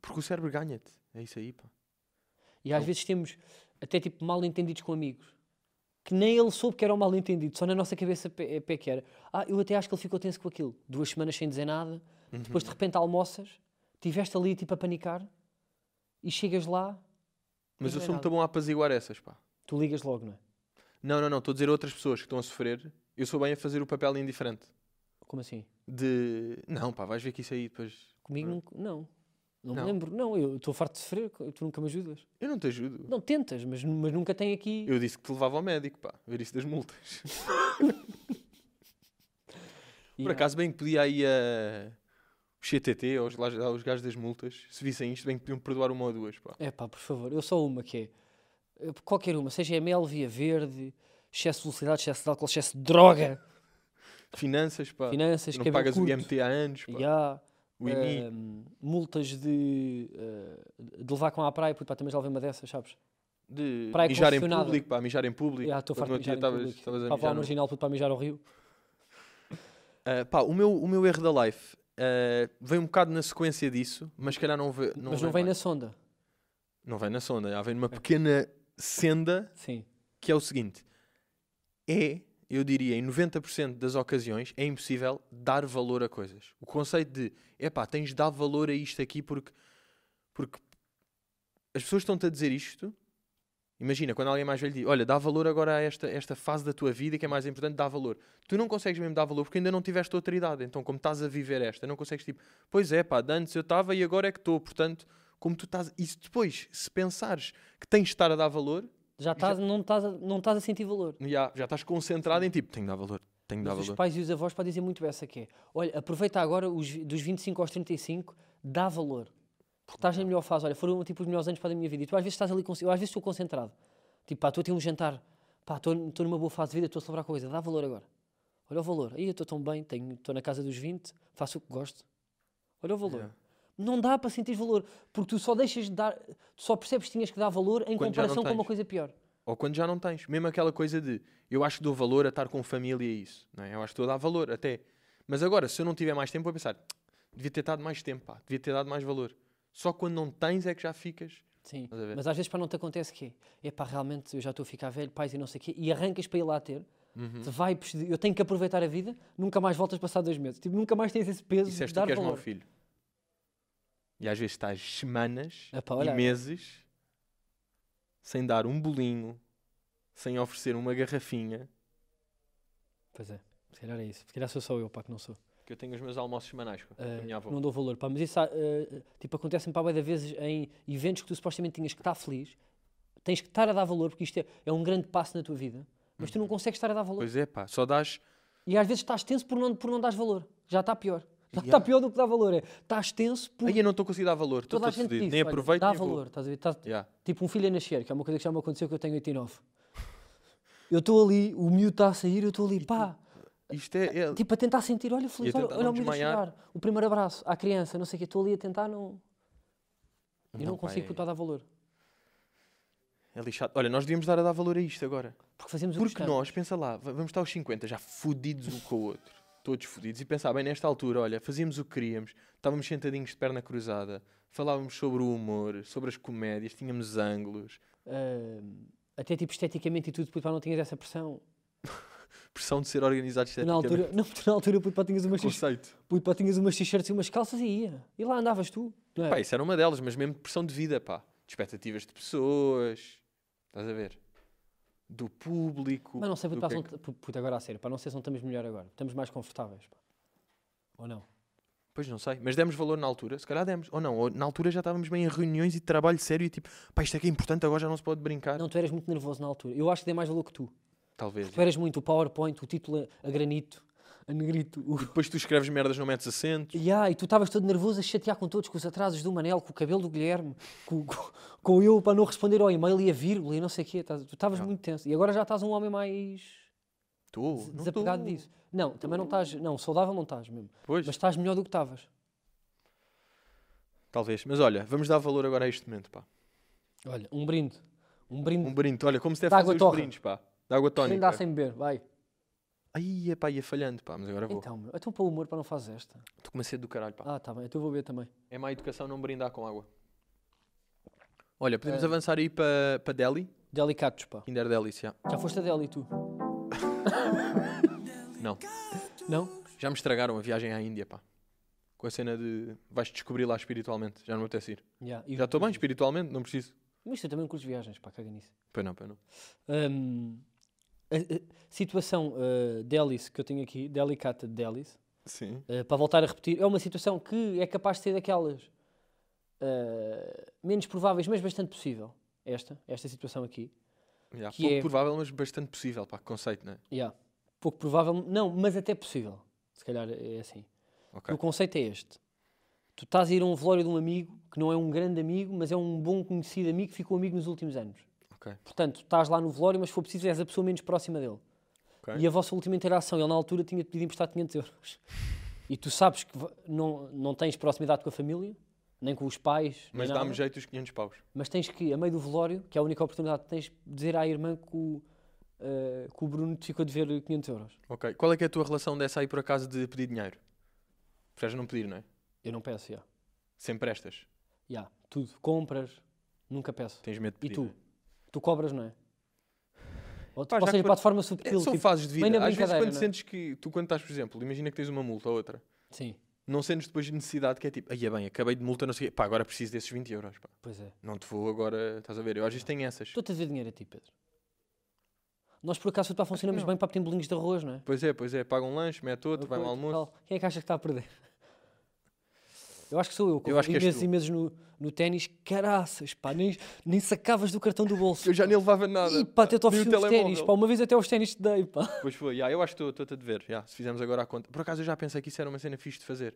[SPEAKER 1] porque o cérebro ganha-te. É isso aí, pá.
[SPEAKER 2] E
[SPEAKER 1] Então
[SPEAKER 2] às vezes temos até tipo mal entendidos com amigos. Que nem ele soube que era um mal entendido, só na nossa cabeça pé, é pé que era. Ah, eu até acho que ele ficou tenso com aquilo. Duas semanas sem dizer nada,
[SPEAKER 1] Uhum.
[SPEAKER 2] depois de repente almoças, tiveste ali tipo a panicar e chegas lá,
[SPEAKER 1] Mas eu
[SPEAKER 2] não é
[SPEAKER 1] sou muito
[SPEAKER 2] nada.
[SPEAKER 1] bom a apaziguar essas, pá.
[SPEAKER 2] tu ligas logo, não é?
[SPEAKER 1] Não, não, não, estou a dizer a outras pessoas que estão a sofrer. Eu sou bem a fazer o papel indiferente.
[SPEAKER 2] Como assim?
[SPEAKER 1] De. Não, pá, vais ver que isso aí depois.
[SPEAKER 2] Comigo nunca. Não. Não,
[SPEAKER 1] Hum. Não.
[SPEAKER 2] me lembro. Não, eu estou farto de sofrer. co- Tu nunca me ajudas.
[SPEAKER 1] Eu não te ajudo.
[SPEAKER 2] Não, tentas, mas, nu- mas nunca tem aqui.
[SPEAKER 1] Eu disse que te levava ao médico, pá, ver isso das multas. Por
[SPEAKER 2] Yeah.
[SPEAKER 1] acaso, bem que podia aí a. Os CTT, aos, lá- aos gajos das multas, se vissem isto, bem que podiam perdoar uma ou duas, pá.
[SPEAKER 2] É pá, por favor. Eu só uma que é. eu- Qualquer uma, seja ML, via verde, excesso de velocidade, excesso de álcool, excesso de droga,
[SPEAKER 1] Finanças, pá.
[SPEAKER 2] finanças,
[SPEAKER 1] não
[SPEAKER 2] cabelo
[SPEAKER 1] pagas
[SPEAKER 2] curto,
[SPEAKER 1] o IMT há anos, pá.
[SPEAKER 2] yeah, eh,
[SPEAKER 1] O IMI.
[SPEAKER 2] ahm, multas de, ah, de levar com a praia, puto, pá, também já levei uma dessas, sabes?
[SPEAKER 1] De
[SPEAKER 2] praia
[SPEAKER 1] mijar em
[SPEAKER 2] concessionada.
[SPEAKER 1] público, pá, mijar em público.
[SPEAKER 2] Yeah, Estou
[SPEAKER 1] Quando
[SPEAKER 2] farto de
[SPEAKER 1] no outro
[SPEAKER 2] mijar
[SPEAKER 1] dia
[SPEAKER 2] em
[SPEAKER 1] estavas-
[SPEAKER 2] público.
[SPEAKER 1] estavas a
[SPEAKER 2] Pá, vou
[SPEAKER 1] mijar
[SPEAKER 2] ao
[SPEAKER 1] no- Eh,
[SPEAKER 2] marginal, puto, para mijar ao rio.
[SPEAKER 1] Ah, pá, o meu, o meu erro da life eh, vem um bocado na sequência disso, mas se calhar não, vê, não
[SPEAKER 2] mas
[SPEAKER 1] vem
[SPEAKER 2] não vem
[SPEAKER 1] bem.
[SPEAKER 2] na sonda.
[SPEAKER 1] Não vem na sonda, já vem numa pequena senda
[SPEAKER 2] Sim.
[SPEAKER 1] que é o seguinte: é, eu diria, em 90% das ocasiões, é impossível dar valor a coisas. O conceito de, epá, tens de dar valor a isto aqui porque, porque as pessoas estão-te a dizer isto. Imagina, quando alguém mais velho diz, olha, dá valor agora a esta, esta fase da tua vida que é mais importante, dá valor. Tu não consegues mesmo dar valor porque ainda não tiveste outra idade. Então, como estás a viver esta, não consegues tipo, pois é, pá, de antes eu estava e agora é que estou. Portanto, como tu estás. E se depois, se pensares que tens de estar a dar valor,
[SPEAKER 2] Já estás, não, estás a, não estás a sentir valor.
[SPEAKER 1] Ya, já estás concentrado em tipo, tenho de dar valor, tenho de dar
[SPEAKER 2] Mas os
[SPEAKER 1] valor.
[SPEAKER 2] pais e os avós podem dizer muito essa que é. Olha, aproveita agora os, vi- dos 25 aos 35, dá valor. Porque estás na melhor fase. Olha, foram tipo os melhores anos para a minha vida. E tu às vezes estás ali, con- eu às vezes estou concentrado. Tipo, pá, estou a ter um jantar. Pá, estou estou numa boa fase de vida, estou a celebrar com a coisa. Dá valor agora. Olha o valor. Aí eu estou tão bem, tenho- estou na casa dos 20, faço o que gosto. Olha o valor.
[SPEAKER 1] Yeah.
[SPEAKER 2] Não dá para sentir valor, porque tu só deixas de dar, tu só percebes que tinhas que dar valor em
[SPEAKER 1] Quando já não
[SPEAKER 2] comparação com uma
[SPEAKER 1] tens.
[SPEAKER 2] coisa pior.
[SPEAKER 1] Ou quando já não tens. Mesmo aquela coisa de eu acho que dou valor a estar com família e isso. Não é? Eu acho que estou a dar valor até. Mas agora, se eu não tiver mais tempo, vou pensar, devia ter dado mais tempo, pá, devia ter dado mais valor. Só quando não tens é que já ficas.
[SPEAKER 2] Sim,
[SPEAKER 1] Estás a ver?
[SPEAKER 2] mas às vezes para não te acontece que é pá, realmente eu já estou a ficar velho, pais e não sei o quê, e arrancas para ir lá ter,
[SPEAKER 1] Uhum. Hum.
[SPEAKER 2] te vai, pes- eu tenho que aproveitar a vida, nunca mais voltas passar dois meses, tipo, nunca mais tens esse peso
[SPEAKER 1] Isso és tu
[SPEAKER 2] de dar
[SPEAKER 1] que és
[SPEAKER 2] valor.
[SPEAKER 1] mau filho. E às vezes estás semanas
[SPEAKER 2] Epá,
[SPEAKER 1] e
[SPEAKER 2] olha.
[SPEAKER 1] meses sem dar um bolinho, sem oferecer uma garrafinha.
[SPEAKER 2] Pois é, se calhar é isso, se calhar sou só eu, pá, que não sou.
[SPEAKER 1] Que eu tenho os meus almoços semanais com
[SPEAKER 2] Eh,
[SPEAKER 1] a minha avó.
[SPEAKER 2] não dou valor, pá, mas isso ah, eh, tipo, acontece-me para da vezes em eventos que tu supostamente tinhas que estar feliz, tens que estar a dar valor, porque isto é, é um grande passo na tua vida, mas tu não consegues estar a dar valor.
[SPEAKER 1] Uhum. Pois é, pá, só dás
[SPEAKER 2] E às vezes estás tenso por não, por não dar valor, já está pior. Já está
[SPEAKER 1] Yeah.
[SPEAKER 2] pior do que dar valor, é. Estás tenso por
[SPEAKER 1] Aí eu não estou conseguindo dar valor. Estou
[SPEAKER 2] Toda a
[SPEAKER 1] todo
[SPEAKER 2] gente
[SPEAKER 1] fodido.
[SPEAKER 2] diz,
[SPEAKER 1] Nem
[SPEAKER 2] olha,
[SPEAKER 1] aproveito
[SPEAKER 2] dá
[SPEAKER 1] nem vou.
[SPEAKER 2] valor, estás a ver? Tá-
[SPEAKER 1] Yeah.
[SPEAKER 2] Tipo um filho a nascer, que é uma coisa que já me aconteceu que eu tenho 89. Eu estou ali, o miúdo está a sair, eu estou ali, pá,
[SPEAKER 1] Isto é... é-
[SPEAKER 2] tipo a tentar sentir, olha feliz,
[SPEAKER 1] E a
[SPEAKER 2] olha,
[SPEAKER 1] tentar
[SPEAKER 2] olha
[SPEAKER 1] não
[SPEAKER 2] o miúdo a
[SPEAKER 1] desmaiar.
[SPEAKER 2] chorar, o primeiro abraço à criança, não sei o quê, estou ali a tentar, não... Eu não,
[SPEAKER 1] Não, pá,
[SPEAKER 2] consigo
[SPEAKER 1] é-
[SPEAKER 2] pá, dar valor,
[SPEAKER 1] É lixado. Olha, nós devíamos dar a dar valor a isto agora.
[SPEAKER 2] porque fazemos o que
[SPEAKER 1] Porque
[SPEAKER 2] gostamos.
[SPEAKER 1] nós, pensa lá, va- vamos estar aos 50 já fodidos um com o outro. Todos fodidos. E pensar, bem, nesta altura, olha, fazíamos o que queríamos. Estávamos sentadinhos de perna cruzada. Falávamos sobre o humor, sobre as comédias. Tínhamos ângulos.
[SPEAKER 2] Ah, até tipo esteticamente e tudo, puto, pá, não tinhas essa pressão.
[SPEAKER 1] Pressão de ser organizados
[SPEAKER 2] Tu Na altura, não, tu na altura puto, pá, tinhas umas, t-shirts-
[SPEAKER 1] Conceito.
[SPEAKER 2] puto, pá, tinhas umas t-shirts e umas calças e ia. E lá andavas tu, não é?
[SPEAKER 1] Pá, isso era uma delas, mas mesmo de pressão de vida, pá. De expectativas de pessoas. Estás a ver? Do público.
[SPEAKER 2] Mas não sei,
[SPEAKER 1] do
[SPEAKER 2] puto, pá,
[SPEAKER 1] que é
[SPEAKER 2] se não
[SPEAKER 1] que-
[SPEAKER 2] t- pu- puto, agora a sério, pá, não sei se não estamos melhor agora. Estamos mais confortáveis, pá. Ou não?
[SPEAKER 1] Pois não sei, mas demos valor na altura, se calhar demos, ou não, ou na altura já estávamos bem em reuniões e trabalho sério e tipo, pá, isto é que é importante, agora já não se pode brincar.
[SPEAKER 2] Não, tu eras muito nervoso na altura. Eu acho que dei mais valor que tu.
[SPEAKER 1] Talvez.
[SPEAKER 2] Tu eras muito o PowerPoint, o título a- a granito, a negrito. O...
[SPEAKER 1] Depois tu escreves merdas, não metes acento.
[SPEAKER 2] Ya, e tu estavas todo nervoso a chatear com todos, com os atrasos do Manel, com o cabelo do Guilherme, com, com, com eu para não responder ao e-mail e a vírgula e não sei o quê. Estás- Tu estavas muito tenso. E agora já estás um homem mais
[SPEAKER 1] Tu, não tu.
[SPEAKER 2] desapegado disso. Não, também não estás. Não, saudável não estás mesmo.
[SPEAKER 1] Pois,
[SPEAKER 2] Mas estás melhor do que estavas.
[SPEAKER 1] talvez. Mas olha, vamos dar valor agora a este momento, pá.
[SPEAKER 2] Olha, um brinde. Um brinde.
[SPEAKER 1] Um brinde, é. olha, como se deve
[SPEAKER 2] Dá
[SPEAKER 1] fazer
[SPEAKER 2] água
[SPEAKER 1] os
[SPEAKER 2] torra.
[SPEAKER 1] brindes, pá. De água
[SPEAKER 2] Ainda assim-
[SPEAKER 1] tónica.
[SPEAKER 2] há sem beber, vai.
[SPEAKER 1] Ai, é, pá, ia falhando, pá, mas agora vou.
[SPEAKER 2] Então, meu, então para o humor para não fazer esta.
[SPEAKER 1] Estou com uma sede do caralho, Tá pá.
[SPEAKER 2] Ah, tá bem, então eu vou beber também.
[SPEAKER 1] É má educação não brindar com água. Olha,
[SPEAKER 2] Ah.
[SPEAKER 1] podemos avançar aí para para Delhi?
[SPEAKER 2] Delicatos, pá.
[SPEAKER 1] Kinder Delhi, se há.
[SPEAKER 2] Já foste a Delhi tu?
[SPEAKER 1] Não.
[SPEAKER 2] Não?
[SPEAKER 1] Já me estragaram a viagem à Índia, pá. Com a cena de vais descobrir lá espiritualmente. Já não me apetece ir.
[SPEAKER 2] Ya, e
[SPEAKER 1] Já
[SPEAKER 2] o-
[SPEAKER 1] estou bem espiritualmente, não preciso.
[SPEAKER 2] Mas tu também não curtes viagens, pá, caga nisso.
[SPEAKER 1] Pois não, pois não.
[SPEAKER 2] Hum, a, a situação uh, Delis que eu tenho aqui, Delicata Delis,
[SPEAKER 1] Sim.
[SPEAKER 2] uh, para voltar a repetir, é uma situação que é capaz de ser daquelas uh, menos prováveis, mas bastante possível. Esta, esta situação aqui.
[SPEAKER 1] Yeah,
[SPEAKER 2] Que
[SPEAKER 1] pouco
[SPEAKER 2] é-
[SPEAKER 1] provável, mas bastante possível, pá. Conceito, não é?
[SPEAKER 2] Ya. Pouco provável, não, mas até possível. Se calhar é assim.
[SPEAKER 1] Ok.
[SPEAKER 2] O conceito é este. Tu estás a ir a um velório de um amigo, que não é um grande amigo, mas é um bom conhecido amigo que ficou amigo nos últimos anos.
[SPEAKER 1] Ok.
[SPEAKER 2] Portanto, estás lá no velório, mas se for preciso és a pessoa menos próxima dele.
[SPEAKER 1] Ok.
[SPEAKER 2] E a vossa última interação, ele na altura tinha pedido emprestar 500 euros. E tu sabes que va- não, não tens proximidade com a família, nem com os pais, nem
[SPEAKER 1] Mas
[SPEAKER 2] nada,
[SPEAKER 1] dá-me jeito os 500 paus.
[SPEAKER 2] mas tens que, a meio do velório, que é a única oportunidade que tens, de dizer à irmã que o, eh, que o Bruno te ficou de ver 500 euros.
[SPEAKER 1] Ok. Qual é que é a tua relação dessa aí, por acaso, de pedir dinheiro? Preferes não pedir, não é?
[SPEAKER 2] Eu não peço, já.
[SPEAKER 1] Sempre prestas.
[SPEAKER 2] Já, tudo. Compras, nunca peço.
[SPEAKER 1] Tens medo de
[SPEAKER 2] E
[SPEAKER 1] pedir.
[SPEAKER 2] tu? Tu cobras, não é? Ou,
[SPEAKER 1] Pá,
[SPEAKER 2] tu- ou
[SPEAKER 1] já
[SPEAKER 2] seja,
[SPEAKER 1] que-
[SPEAKER 2] pá, de forma
[SPEAKER 1] É,
[SPEAKER 2] subtil.
[SPEAKER 1] são
[SPEAKER 2] tipo,
[SPEAKER 1] fases de
[SPEAKER 2] bem na
[SPEAKER 1] vida. Às vezes
[SPEAKER 2] brincadeira,
[SPEAKER 1] quando
[SPEAKER 2] não é?
[SPEAKER 1] sentes que... Tu quando estás, por exemplo, imagina que tens uma multa ou outra.
[SPEAKER 2] Sim,
[SPEAKER 1] Não sentes depois de necessidade que é tipo... Aí é bem, acabei de multa, não sei o quê. Pá, agora preciso desses 20 euros, pá.
[SPEAKER 2] pois é.
[SPEAKER 1] Não te vou agora... Estás a ver? Eu às vezes tenho essas.
[SPEAKER 2] Estou-te a dever dinheiro a ti, Pedro. Nós, por acaso, pá, funcionamos
[SPEAKER 1] não.
[SPEAKER 2] bem para pedir bolinhos de arroz, não é?
[SPEAKER 1] Pois é, pois é. Paga um lanche, mete outro, vai um
[SPEAKER 2] Coisa,
[SPEAKER 1] almoço.
[SPEAKER 2] tal. Quem é que acha que está a perder? Eu acho que sou eu. que
[SPEAKER 1] Eu acho que és
[SPEAKER 2] imensos
[SPEAKER 1] tu.
[SPEAKER 2] e meses no, no ténis, caraças, pá, nem, nem sacavas do cartão do bolso.
[SPEAKER 1] Eu já nem levava nada.
[SPEAKER 2] Ih, pá, até te
[SPEAKER 1] Nem o
[SPEAKER 2] ofereci os ténis,
[SPEAKER 1] telemóvel.
[SPEAKER 2] pá, uma vez até os ténis te dei, pá.
[SPEAKER 1] Pois foi, já, eu acho que estou-te a dever. já, se fizermos agora a conta. Por acaso eu já pensei que isso era uma cena fixe de fazer.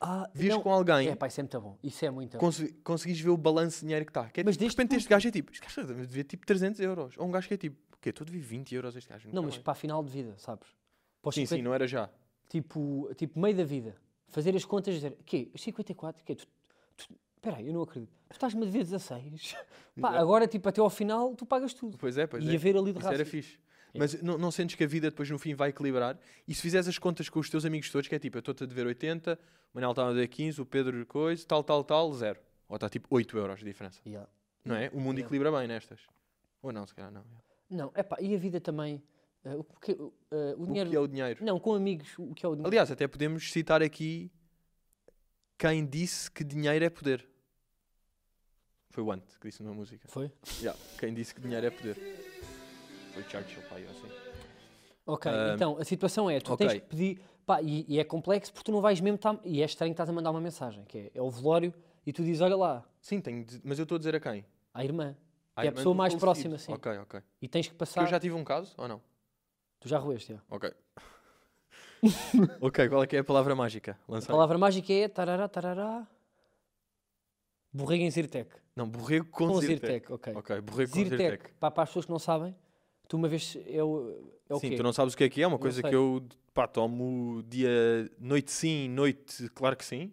[SPEAKER 2] Ah,
[SPEAKER 1] Vias
[SPEAKER 2] não.
[SPEAKER 1] com alguém,
[SPEAKER 2] É, pá, isso é muito bom. Isso é muito bom.
[SPEAKER 1] conse- conseguis ver o balanço de dinheiro que está. Que é
[SPEAKER 2] Mas
[SPEAKER 1] tipo, de
[SPEAKER 2] deste
[SPEAKER 1] repente este gajo é tipo, este gajo deve dever tipo 300 euros. Ou um gajo que é tipo, o quê? Estou a dever 20 euros a este gajo.
[SPEAKER 2] Não,
[SPEAKER 1] nunca
[SPEAKER 2] mas
[SPEAKER 1] mais.
[SPEAKER 2] para a final de vida, sabes? Para os
[SPEAKER 1] Sim,
[SPEAKER 2] 50
[SPEAKER 1] sim, não era já.
[SPEAKER 2] tipo, tipo meio da vida, fazer as contas e dizer, quê? Os 54, quê? Tu, tu, peraí, eu não acredito. Tu estás-me a dever 16. Pá,
[SPEAKER 1] Exato.
[SPEAKER 2] agora, tipo, até ao final, tu pagas tudo.
[SPEAKER 1] Pois é, pois
[SPEAKER 2] e
[SPEAKER 1] é.
[SPEAKER 2] haver ali de
[SPEAKER 1] Isso era
[SPEAKER 2] raça.
[SPEAKER 1] fixe. Mas não, não sentes que a vida depois no fim vai equilibrar? E se fizeres as contas com os teus amigos todos, que é tipo, eu estou-te a dever 80, o Manel está a dever 15, o Pedro coisa, tal, tal, tal, zero. Ou está tipo 8 euros de diferença.
[SPEAKER 2] Yeah.
[SPEAKER 1] Não é? O mundo
[SPEAKER 2] Yeah.
[SPEAKER 1] equilibra bem nestas. Ou não, se calhar não.
[SPEAKER 2] Não, é pá, e a vida também. eh, o, que, eh, o
[SPEAKER 1] O
[SPEAKER 2] dinheiro.
[SPEAKER 1] que é o dinheiro?
[SPEAKER 2] Não, com amigos, o que é o dinheiro.
[SPEAKER 1] Aliás, até podemos citar aqui quem disse que dinheiro é poder. Foi o Ant que disse numa música.
[SPEAKER 2] Foi?
[SPEAKER 1] Yeah, Quem disse que dinheiro é poder. Foi Churchill, pai, assim.
[SPEAKER 2] Ok,
[SPEAKER 1] Ah,
[SPEAKER 2] então a situação é: tu
[SPEAKER 1] ok.
[SPEAKER 2] tens que pedir. Pá, e, e é complexo porque tu não vais mesmo. tá- e é estranho que estás a mandar uma mensagem, que é, é o velório, e tu dizes, olha lá,
[SPEAKER 1] Sim, tenho de- mas eu estou a dizer a quem?
[SPEAKER 2] à irmã.
[SPEAKER 1] À
[SPEAKER 2] Que é a
[SPEAKER 1] irmã
[SPEAKER 2] pessoa
[SPEAKER 1] do
[SPEAKER 2] mais
[SPEAKER 1] falecido.
[SPEAKER 2] próxima, sim.
[SPEAKER 1] Ok, ok.
[SPEAKER 2] E tens que
[SPEAKER 1] Que eu
[SPEAKER 2] passar.
[SPEAKER 1] já tive um caso, ou não?
[SPEAKER 2] Tu já roeste, já.
[SPEAKER 1] Ok. ok, qual é que é a palavra mágica?
[SPEAKER 2] A
[SPEAKER 1] Lança aí.
[SPEAKER 2] palavra mágica é tarará, tarará. Borrego em Zirtec.
[SPEAKER 1] Não, borrego com,
[SPEAKER 2] Com
[SPEAKER 1] Zyrtec.
[SPEAKER 2] Zirtec, ok.
[SPEAKER 1] Ok, borrego com
[SPEAKER 2] Zirtec,
[SPEAKER 1] Zyrtec.
[SPEAKER 2] Pá, para as pessoas que não sabem, tu uma vez é o, é o
[SPEAKER 1] sim,
[SPEAKER 2] quê?
[SPEAKER 1] tu não sabes o que é que é, é uma coisa
[SPEAKER 2] sei.
[SPEAKER 1] que eu pá, tomo dia, noite sim, noite, claro que sim.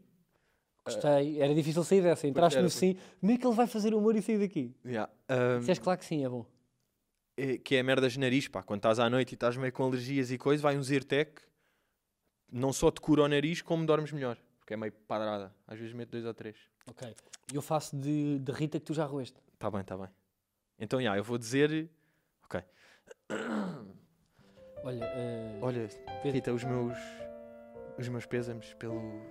[SPEAKER 2] Ah, Gostei, era difícil sair dessa. Entraste
[SPEAKER 1] era,
[SPEAKER 2] no
[SPEAKER 1] pois. Hum.
[SPEAKER 2] sim, como é que ele vai fazer humor e sair daqui?
[SPEAKER 1] Yeah. Ahm,
[SPEAKER 2] Disseste claro que sim, é bom.
[SPEAKER 1] é- que é a merda de nariz, pá, quando estás à noite e estás meio com alergias e coisa, vai um Zyrtec, não só te cura o nariz, como dormes melhor, porque é meio padrada, às vezes meto dois ou três.
[SPEAKER 2] Ok. E eu faço de, de Rita que tu já roeste.
[SPEAKER 1] Tá bem, tá bem. Então, yeah, eu vou dizer,
[SPEAKER 2] Olha, eh,
[SPEAKER 1] olha,
[SPEAKER 2] Pedro.
[SPEAKER 1] Rita, os meus, os meus pésames pelo,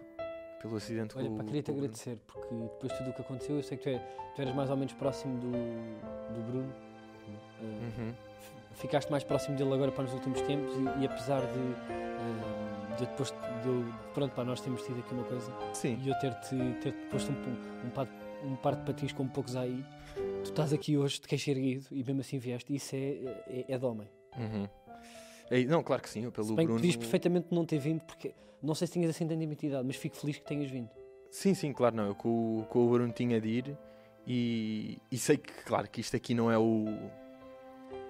[SPEAKER 1] pelo acidente
[SPEAKER 2] olha
[SPEAKER 1] com
[SPEAKER 2] pá,
[SPEAKER 1] o-
[SPEAKER 2] queria-te
[SPEAKER 1] com o Bruno.
[SPEAKER 2] agradecer, porque depois de tudo o que aconteceu, eu sei que tu, é, tu eras mais ou menos próximo do, do Bruno. Eh,
[SPEAKER 1] Uhum.
[SPEAKER 2] F- ficaste mais próximo dele agora para nos últimos tempos e, e apesar de, eh, de eu depois de eu, pronto, para nós termos tido aqui uma coisa
[SPEAKER 1] Sim,
[SPEAKER 2] e eu ter-te ter posto um, pum- um, par, um par de patins como poucos há aí, tu estás aqui hoje de queixo erguido e mesmo assim vieste, isso é, é, é de homem.
[SPEAKER 1] Uhum. É, não, claro que sim, eu pelo
[SPEAKER 2] Se bem que
[SPEAKER 1] Bruno.
[SPEAKER 2] podias perfeitamente não ter vindo, porque não sei se tinhas assim tanta identidade, mas fico feliz que tenhas vindo.
[SPEAKER 1] Sim, sim, claro, não. Eu com, o- com o Bruno tinha de ir e, e sei que, claro, que isto aqui não é o.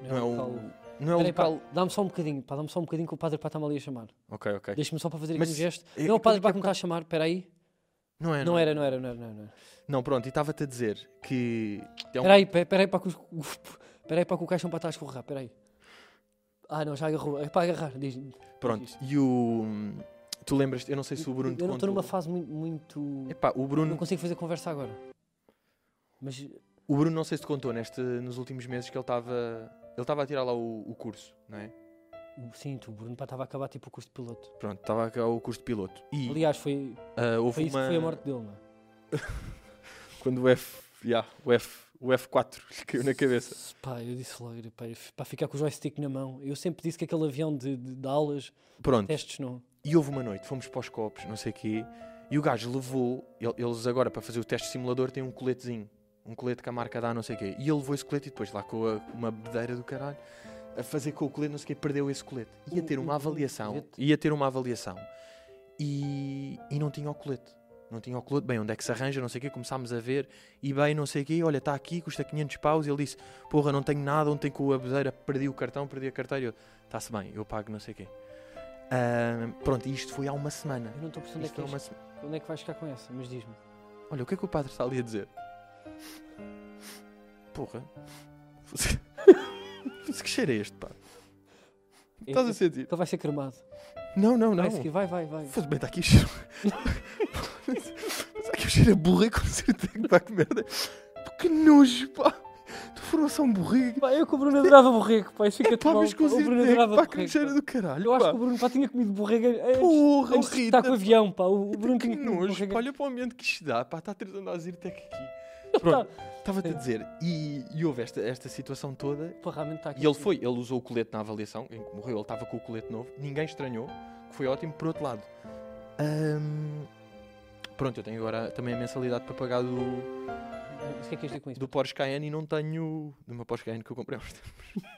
[SPEAKER 1] Não
[SPEAKER 2] um
[SPEAKER 1] é o. Não é o
[SPEAKER 2] Peraí, pá,
[SPEAKER 1] local.
[SPEAKER 2] dá-me só um bocadinho, pá, dá-me só um bocadinho que o padre pá está-me ali a chamar.
[SPEAKER 1] Ok, ok.
[SPEAKER 2] Deixa-me só para fazer aqui
[SPEAKER 1] É. Mas
[SPEAKER 2] um gesto.
[SPEAKER 1] é-
[SPEAKER 2] não,
[SPEAKER 1] é
[SPEAKER 2] o padre
[SPEAKER 1] que
[SPEAKER 2] pá que me está a chamar, espera aí.
[SPEAKER 1] Não é,
[SPEAKER 2] Não era, não era, não era, não era. Não era.
[SPEAKER 1] Não, pronto, e estava-te a dizer que. é um-
[SPEAKER 2] Peraí, pe- peraí para que, os- peraí para que o caixão para estar a escorrer, peraí. Ah não, já agarrou, é para agarrar, diz
[SPEAKER 1] Pronto,
[SPEAKER 2] diz.
[SPEAKER 1] e o. Tu lembras? Eu não sei se o Bruno. te
[SPEAKER 2] Eu não estou numa
[SPEAKER 1] contou.
[SPEAKER 2] fase muito... muito-
[SPEAKER 1] Epá, o
[SPEAKER 2] Não
[SPEAKER 1] Bruno,
[SPEAKER 2] consigo fazer conversa agora. Mas,
[SPEAKER 1] o Bruno não sei se te contou neste, nos últimos meses que ele estava. Ele estava a tirar lá o, o curso, não é?
[SPEAKER 2] sim, tu, uh, Bruno, pá, estava a acabar tipo o curso de piloto.
[SPEAKER 1] Pronto, estava a tirar o curso de piloto. E
[SPEAKER 2] Aliás, foi,
[SPEAKER 1] ah, houve
[SPEAKER 2] foi isso
[SPEAKER 1] uma.
[SPEAKER 2] que foi a morte dele, não é?
[SPEAKER 1] Quando o F. Yeah, o, F o F4 lhe caiu na cabeça.
[SPEAKER 2] S- Pá, eu disse logo, pá, eu f- para ficar com o joystick na mão. Eu sempre disse que aquele avião de, de, de aulas,
[SPEAKER 1] Pronto.
[SPEAKER 2] testes não.
[SPEAKER 1] E houve uma noite, fomos para os copos, não sei o quê, e o gajo levou, ele- eles agora para fazer o teste de simulador têm um coletezinho, um colete que a marca dá, não sei o quê, e ele levou esse colete e depois lá com a- uma bedeira do caralho, a fazer com o colete, não sei o quê, perdeu esse colete. Ia
[SPEAKER 2] O-
[SPEAKER 1] ter
[SPEAKER 2] o-
[SPEAKER 1] uma
[SPEAKER 2] o
[SPEAKER 1] avaliação,
[SPEAKER 2] colete?
[SPEAKER 1] ia ter uma avaliação, e, e não tinha o colete. Não tinha o colete, bem, onde é que se arranja, não sei o quê, começámos a ver, e bem, não sei o quê, olha, está aqui, custa 500 paus, e ele disse, porra, não tenho nada, ontem com a bedeira perdi o cartão, perdi a carteira, E eu, está-se bem, eu pago, não sei o quê. Ahm, pronto, e isto foi há uma semana.
[SPEAKER 2] Eu não estou a perceber onde é,
[SPEAKER 1] Isto
[SPEAKER 2] que
[SPEAKER 1] foi
[SPEAKER 2] és-
[SPEAKER 1] uma semana.
[SPEAKER 2] onde é que vais ficar com essa, mas diz-me.
[SPEAKER 1] Olha, o que é que o padre está ali a dizer? Porra. Você... Você que cheiro é este, pá?
[SPEAKER 2] É-
[SPEAKER 1] Estás a
[SPEAKER 2] é-
[SPEAKER 1] sentir?
[SPEAKER 2] Ele vai ser cremado.
[SPEAKER 1] Não, não, não.
[SPEAKER 2] Vai, seguir, vai, vai, vai.
[SPEAKER 1] Foda-se, bem, está aqui o cheiro. Está aqui o cheiro a borrica, com certeza que vai que merda. Pá, Que nojo, pá. Tu formação borrica.
[SPEAKER 2] Pá, eu que o Bruno adorava borrego, pá, isso fica
[SPEAKER 1] É
[SPEAKER 2] tão
[SPEAKER 1] pá,
[SPEAKER 2] mal.
[SPEAKER 1] mas
[SPEAKER 2] pá.
[SPEAKER 1] com
[SPEAKER 2] O Bruno
[SPEAKER 1] certeza
[SPEAKER 2] adorava
[SPEAKER 1] que pá, que
[SPEAKER 2] borrego.
[SPEAKER 1] cheiro
[SPEAKER 2] pá.
[SPEAKER 1] do caralho,
[SPEAKER 2] Eu acho
[SPEAKER 1] pá.
[SPEAKER 2] que o Bruno pá, tinha comido borrego antes,
[SPEAKER 1] Porra,
[SPEAKER 2] antes de estar
[SPEAKER 1] horrível.
[SPEAKER 2] com o avião, pá. O o Bruno tinha comido
[SPEAKER 1] Nojo,
[SPEAKER 2] borrego.
[SPEAKER 1] pá, olha para o ambiente que isto dá, pá, está tentando a ir até aqui. Pronto, estava-te a dizer, e, e houve esta, esta situação toda,
[SPEAKER 2] Pá, realmente está aqui. assim.
[SPEAKER 1] e ele foi, ele usou o colete na avaliação, em que morreu, ele estava com o colete novo, ninguém estranhou, que foi ótimo, por outro lado. ahm, pronto, eu tenho agora também a mensalidade para pagar do,
[SPEAKER 2] O que é que és dizer com isso?
[SPEAKER 1] do Porsche Cayenne e não tenho, do meu Porsche Cayenne que eu comprei há uns tempos,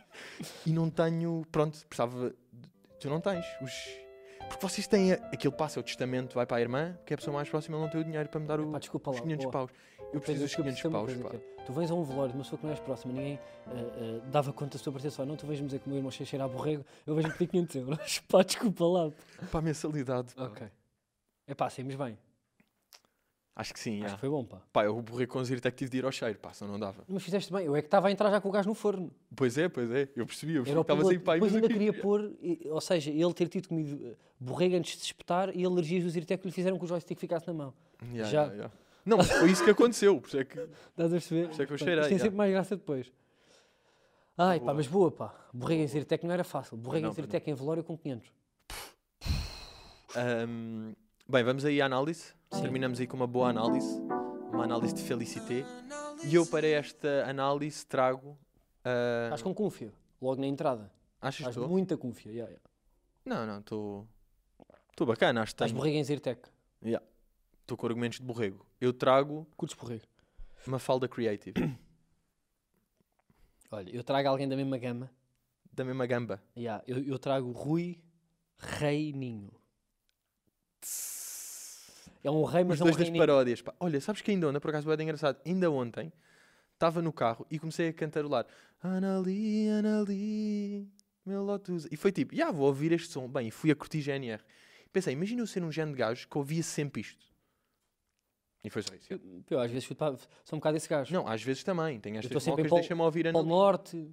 [SPEAKER 1] e não tenho, pronto, precisava, de- tu não tens, os... Porque vocês têm. A, aquilo passa, o testamento vai para a irmã, que é a pessoa mais próxima, ele não tem o dinheiro para me dar o,
[SPEAKER 2] Pá, desculpa lá.
[SPEAKER 1] os 500
[SPEAKER 2] boa.
[SPEAKER 1] paus. Eu preciso
[SPEAKER 2] Pedro,
[SPEAKER 1] dos 500
[SPEAKER 2] eu percebo uma
[SPEAKER 1] paus,
[SPEAKER 2] coisa
[SPEAKER 1] pá.
[SPEAKER 2] que é, Tu vens a um velório de uma pessoa que não és próxima, ninguém ah, ah, dava conta da sua presença ou não, tu vens-me dizer que o meu irmão cheira cheira a borrego, eu vejo-me pedir 500 euros. Pá, desculpa lá. pá.
[SPEAKER 1] Para a mensalidade, pá.
[SPEAKER 2] Ok. É pá, saímos bem.
[SPEAKER 1] Acho que sim,
[SPEAKER 2] Acho
[SPEAKER 1] já.
[SPEAKER 2] que foi bom, pá.
[SPEAKER 1] Pá, eu borrei com zirta que tive de ir ao cheiro, pá, senão não dava.
[SPEAKER 2] Mas fizeste bem, eu é que estava a entrar já com o gás no forno.
[SPEAKER 1] Pois é, pois é, eu percebi, eu percebi
[SPEAKER 2] Era o
[SPEAKER 1] que estava
[SPEAKER 2] problema.
[SPEAKER 1] sem pai,
[SPEAKER 2] Depois
[SPEAKER 1] mas
[SPEAKER 2] ainda
[SPEAKER 1] eu queria...
[SPEAKER 2] queria pôr, e- ou seja, ele ter tido comido eh, borrego antes de se espetar e alergias do Zirtec que lhe fizeram que o joystick ficasse na mão.
[SPEAKER 1] Já,
[SPEAKER 2] Já.
[SPEAKER 1] já, já. Não, mas foi isso que aconteceu, por isso é que...
[SPEAKER 2] Estás a perceber?
[SPEAKER 1] Isso é que eu
[SPEAKER 2] Portanto,
[SPEAKER 1] cheirei,
[SPEAKER 2] isto tem
[SPEAKER 1] já. Tá
[SPEAKER 2] sempre mais graça depois. Ai, pá,
[SPEAKER 1] Boa.
[SPEAKER 2] mas boa, pá. Borrega em Zirtec não era fácil. Borrega em
[SPEAKER 1] Não, pá, não.
[SPEAKER 2] Zirtec em velório com 500.
[SPEAKER 1] Ahm, bem, vamos aí à análise.
[SPEAKER 2] Sim.
[SPEAKER 1] Terminamos aí com uma boa análise. Uma análise de felicité. E eu para esta análise trago... ah,
[SPEAKER 2] Estás com confia, logo na entrada.
[SPEAKER 1] achas
[SPEAKER 2] Estás
[SPEAKER 1] estou?
[SPEAKER 2] muita confia. Yeah, yeah.
[SPEAKER 1] Não, não, estou... Estou bacana, acho que
[SPEAKER 2] Estás
[SPEAKER 1] tenho...
[SPEAKER 2] borrega em Zirtec.
[SPEAKER 1] Estou com argumentos de borrego. Eu trago
[SPEAKER 2] Curtes borrego.
[SPEAKER 1] Mafalda Creative,
[SPEAKER 2] Olha, eu trago alguém da mesma gama.
[SPEAKER 1] da mesma gamba.
[SPEAKER 2] Yeah, eu, eu trago Rui Reininho. É um rei,
[SPEAKER 1] Os
[SPEAKER 2] mas é um
[SPEAKER 1] dois das
[SPEAKER 2] reininho.
[SPEAKER 1] paródias. pá. Olha, sabes que ainda ontem, por acaso, é engraçado. Ainda ontem, estava no carro e comecei a cantarolar. Anali, Anali, meu Lotus. E foi tipo, já vou ouvir este som. Bem, e fui a curtir GNR. Pensei, imagina eu ser um género de gajo que ouvia sempre isto. E foi só isso.
[SPEAKER 2] Eu- Eu às vezes chuto para... sou um bocado esse gajo.
[SPEAKER 1] Não, às vezes também. Tenho
[SPEAKER 2] tô
[SPEAKER 1] estas
[SPEAKER 2] sempre em
[SPEAKER 1] mocas,
[SPEAKER 2] Pol-
[SPEAKER 1] deixa-me ouvir
[SPEAKER 2] Polo
[SPEAKER 1] Anali.
[SPEAKER 2] Norte.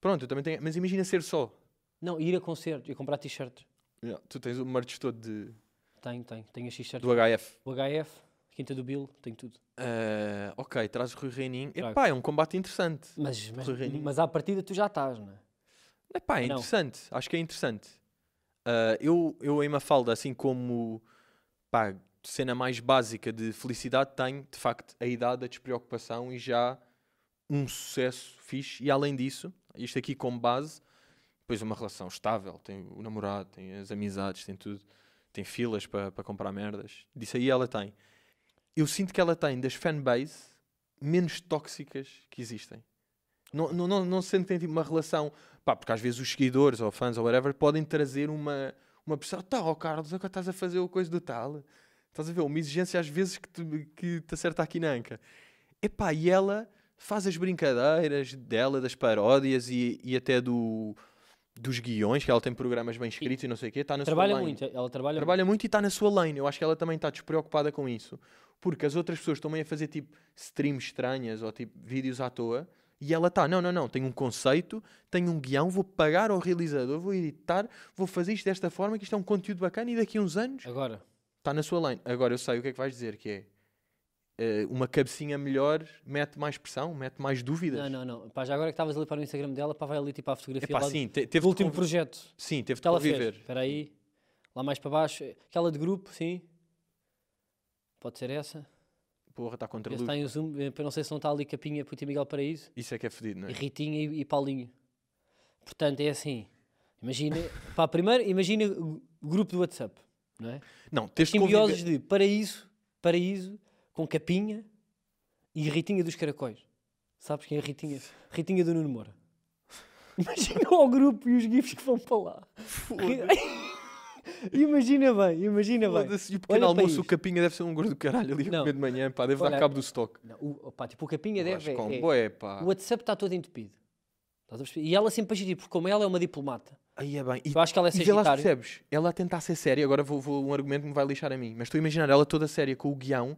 [SPEAKER 1] Pronto, eu também tenho. Mas imagina ser só.
[SPEAKER 2] Não, ir a concertos e comprar t-shirts.
[SPEAKER 1] Yeah, Tu tens o merch todo de,
[SPEAKER 2] Tenho, tenho. Tenho as t-shirts.
[SPEAKER 1] do HF.
[SPEAKER 2] O HF, Quinta do Bill, tenho tudo.
[SPEAKER 1] Ah, ok, traz o Rui Reininho.
[SPEAKER 2] Trago.
[SPEAKER 1] Epá, é um combate interessante.
[SPEAKER 2] Mas, mas,
[SPEAKER 1] Rui Reininho.
[SPEAKER 2] mas à partida tu já estás, não é?
[SPEAKER 1] Epá, é
[SPEAKER 2] Não.
[SPEAKER 1] interessante. Acho que é interessante. Ah, eu, eu em Mafalda, assim como pá, cena mais básica de felicidade, tenho de facto a idade, a despreocupação e já um sucesso fixe. E além disso, isto aqui como base, depois uma relação estável. Tem o namorado, tem as amizades, tem tudo. Tem filas para para comprar merdas. Disso aí ela tem. Eu sinto que ela tem das fanbase menos tóxicas que existem. Não, não, não, não se sentem tipo, uma relação Pá, porque às vezes os seguidores ou fãs ou whatever podem trazer uma, uma pessoa, tá, ó Carlos, agora estás a fazer o coisa do tal. Estás a ver? Uma exigência às vezes que te, que te acerta aqui na anca. Epá, e ela faz as brincadeiras dela, das paródias e, e até do, dos guiões, que ela tem programas bem escritos e não sei o quê. Tá na sua
[SPEAKER 2] Trabalha
[SPEAKER 1] lane.
[SPEAKER 2] muito, ela trabalha,
[SPEAKER 1] Trabalha muito e está na sua lane. Eu acho que ela também está despreocupada com isso. Porque as outras pessoas estão meio a fazer tipo streams estranhas ou tipo vídeos à toa. E ela está, não, não, não, tenho um conceito, tenho um guião, vou pagar ao realizador, vou editar, vou fazer isto desta forma, que isto é um conteúdo bacana e daqui a uns anos
[SPEAKER 2] muito. Agora,
[SPEAKER 1] está na sua lane. Agora eu sei o que é que vais dizer, que é eh, uma cabecinha melhor mete mais pressão, mete mais dúvidas.
[SPEAKER 2] não, não, não. Pá, já agora que estavas ali para o Instagram dela, pá, vai ali tipo à fotografia
[SPEAKER 1] Epá,
[SPEAKER 2] lá do-
[SPEAKER 1] sim, te-
[SPEAKER 2] do
[SPEAKER 1] teve
[SPEAKER 2] último
[SPEAKER 1] de conv-
[SPEAKER 2] projeto
[SPEAKER 1] Sim, teve
[SPEAKER 2] que
[SPEAKER 1] de
[SPEAKER 2] ela fez.
[SPEAKER 1] conviver.
[SPEAKER 2] Espera aí, lá mais para baixo. Aquela de grupo, sim. Pode ser essa.
[SPEAKER 1] Porra, está contra
[SPEAKER 2] Esse
[SPEAKER 1] luz.
[SPEAKER 2] está em zoom, eh, não sei se não está ali Capinha, Puta e Miguel Paraíso.
[SPEAKER 1] Isso é que é fedido, não é?
[SPEAKER 2] e Ritinha e, e Paulinho. Portanto, é assim. Imagina, pá, primeiro, imagina o grupo do WhatsApp, não é?
[SPEAKER 1] Não, tens de conviver.
[SPEAKER 2] Simbioses de paraíso, paraíso com capinha e Ritinha dos Caracóis. Sabes quem é Ritinha? Ritinha do Nuno Moura. Imagina o grupo e os gifs que vão para lá. imagina bem, imagina bem.
[SPEAKER 1] Foda-se, E o pequeno
[SPEAKER 2] Olha para
[SPEAKER 1] almoço, o
[SPEAKER 2] isto.
[SPEAKER 1] capinha deve ser um gordo do caralho ali a
[SPEAKER 2] Não.
[SPEAKER 1] comer de manhã, pá, deve
[SPEAKER 2] Olha,
[SPEAKER 1] dar cabo do estoque.
[SPEAKER 2] Não, o, opá, tipo, o capinha
[SPEAKER 1] Mas
[SPEAKER 2] deve é-
[SPEAKER 1] com
[SPEAKER 2] é-
[SPEAKER 1] boé, pá.
[SPEAKER 2] O WhatsApp está todo entupido. Estás a perceber? E ela sempre a gerir, porque como ela é uma diplomata,
[SPEAKER 1] Aí é bem. E,
[SPEAKER 2] eu acho que ela é
[SPEAKER 1] e vê lá se
[SPEAKER 2] sagitário.
[SPEAKER 1] percebes, ela a tentar ser séria, agora vou, vou um argumento que me vai lixar a mim, mas estou a imaginar ela toda séria com o guião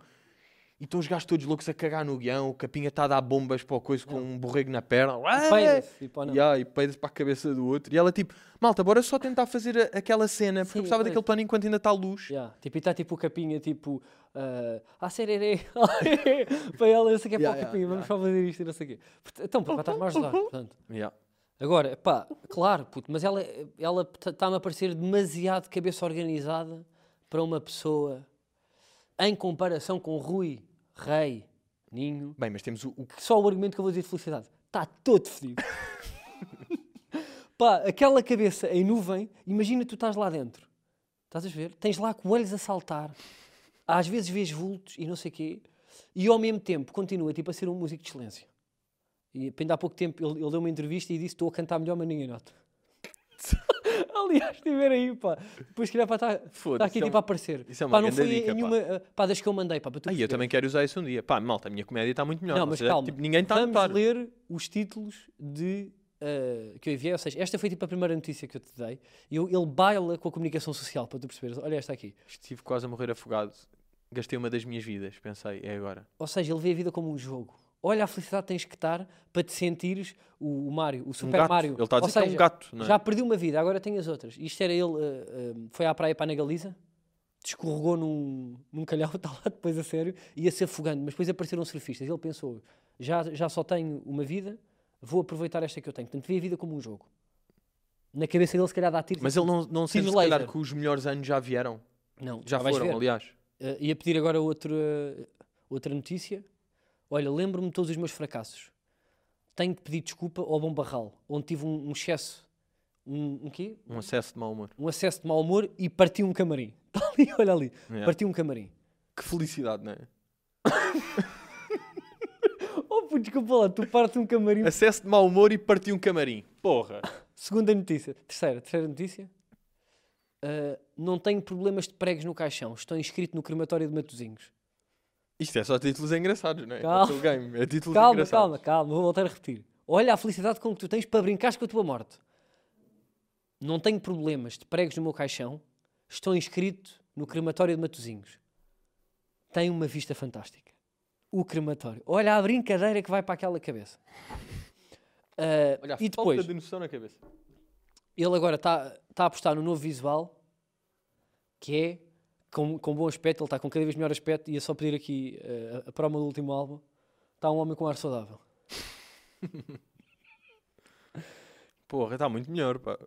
[SPEAKER 1] E estão os gajos todos loucos a cagar no guião, o Capinha está a dar bombas para o coisa com um borrego na perna.
[SPEAKER 2] E peida-se, tipo, ou não?
[SPEAKER 1] Yeah, e peidas para a cabeça do outro. E ela tipo, malta, bora só tentar fazer a- aquela cena, porque
[SPEAKER 2] Sim,
[SPEAKER 1] eu precisava
[SPEAKER 2] pois.
[SPEAKER 1] daquele plano enquanto ainda está a luz.
[SPEAKER 2] Yeah. Tipo, e está tipo o capinha, tipo, ah, ah, sererê, para ela, não sei o que,
[SPEAKER 1] Yeah,
[SPEAKER 2] é para o
[SPEAKER 1] yeah,
[SPEAKER 2] capinha, vamos só fazer isto e não sei o quê. Port- Então, para estás-me a ajudar, portanto.
[SPEAKER 1] Yeah.
[SPEAKER 2] Agora, pá, claro, puto, mas ela ela tá- está-me a parecer demasiado cabeça organizada para uma pessoa em comparação com Rui, Rei, Ninho,
[SPEAKER 1] Bem, mas temos o, o-
[SPEAKER 2] que só o argumento que eu vou dizer de felicidade está todo fedido. Pá, aquela cabeça em nuvem, imagina tu estás lá dentro. Estás a ver? Tens lá coelhos a saltar. Às vezes vês vultos e não sei quê. E ao mesmo tempo continua tipo, a ser um músico de excelência. E ainda há pouco tempo ele, ele deu uma entrevista e disse estou a cantar melhor, mas ninguém nota. Aliás, estiver aí, pá. Depois que para estar tá
[SPEAKER 1] Foda-se,
[SPEAKER 2] aqui
[SPEAKER 1] isso é
[SPEAKER 2] tipo
[SPEAKER 1] uma-
[SPEAKER 2] a aparecer.
[SPEAKER 1] isso é uma
[SPEAKER 2] pá, não
[SPEAKER 1] grande
[SPEAKER 2] foi
[SPEAKER 1] dica, pá.
[SPEAKER 2] nenhuma ah, pá, das que eu mandei, pá, para tu
[SPEAKER 1] Ai, eu
[SPEAKER 2] perceberes.
[SPEAKER 1] também quero usar isso um dia. Pá, malta, a minha comédia está muito melhor.
[SPEAKER 2] Não,
[SPEAKER 1] ou
[SPEAKER 2] mas
[SPEAKER 1] seja,
[SPEAKER 2] calma.
[SPEAKER 1] tipo, ninguém está a
[SPEAKER 2] Vamos
[SPEAKER 1] notar.
[SPEAKER 2] ler os títulos de, ah, que eu enviei. Ou seja, esta foi tipo a primeira notícia que eu te dei. E eu- ele baila com a comunicação social, para tu perceberes. Olha esta aqui.
[SPEAKER 1] Estive quase a morrer afogado. Gastei uma das minhas vidas, pensei, é agora.
[SPEAKER 2] Ou seja, ele vê a vida como um jogo. Olha a felicidade que tens que estar para te sentires o, o Mario, o
[SPEAKER 1] um
[SPEAKER 2] Super
[SPEAKER 1] gato.
[SPEAKER 2] Mario.
[SPEAKER 1] Ele está a
[SPEAKER 2] Ou
[SPEAKER 1] dizer que é um
[SPEAKER 2] seja,
[SPEAKER 1] gato, não é?
[SPEAKER 2] Já perdi uma vida, agora tem as outras. Isto era ele, ah, ah, foi à praia para a Galiza, descorregou num, num calhau, está lá depois a sério, ia se afogando, mas depois apareceram surfistas. Ele pensou: já, já só tenho uma vida, vou aproveitar esta que eu tenho. Portanto, vê a vida como um jogo. Na cabeça dele, se calhar, dá tiro.
[SPEAKER 1] Mas ele não, não sente,
[SPEAKER 2] Tiros
[SPEAKER 1] se calhar,
[SPEAKER 2] laser.
[SPEAKER 1] que os melhores anos já vieram.
[SPEAKER 2] não,
[SPEAKER 1] Já
[SPEAKER 2] vais
[SPEAKER 1] foram,
[SPEAKER 2] ver.
[SPEAKER 1] aliás.
[SPEAKER 2] Ah, ia pedir agora outra, outra notícia. Olha, lembro-me de todos os meus fracassos. Tenho que pedir desculpa ao Bom Barral, onde tive um, um excesso. Um, um quê?
[SPEAKER 1] Um acesso de mau humor.
[SPEAKER 2] um acesso de mau humor e partiu um camarim. Está ali, olha ali.
[SPEAKER 1] Yeah.
[SPEAKER 2] Partiu um camarim.
[SPEAKER 1] É. Que felicidade, não é?
[SPEAKER 2] Oh, puto, desculpa lá, tu partes um camarim.
[SPEAKER 1] Acesso de mau humor e parti um camarim. Porra.
[SPEAKER 2] Segunda notícia. Terceira, terceira notícia. Ah, não tenho problemas de pregos no caixão. Estou inscrito no crematório de Matozinhos.
[SPEAKER 1] Isto é só títulos engraçados, não é?
[SPEAKER 2] Calma.
[SPEAKER 1] É o game. É títulos
[SPEAKER 2] Calma,
[SPEAKER 1] engraçados.
[SPEAKER 2] calma, calma. Vou voltar a repetir. Olha a felicidade com que tu tens para brincares com a tua morte. Não tenho problemas de pregos no meu caixão. Estou inscrito no crematório de Matozinhos. Tem uma vista fantástica. O crematório. Olha a brincadeira que vai para aquela cabeça. Ah,
[SPEAKER 1] Olha, a
[SPEAKER 2] e
[SPEAKER 1] falta
[SPEAKER 2] depois,
[SPEAKER 1] de noção na cabeça.
[SPEAKER 2] ele agora está tá a apostar no novo visual, que é com, com bom aspecto, ele está com cada vez melhor aspecto, ia só pedir aqui eh, a, a promo do último álbum, está um homem com ar saudável.
[SPEAKER 1] Porra, está muito melhor, pá.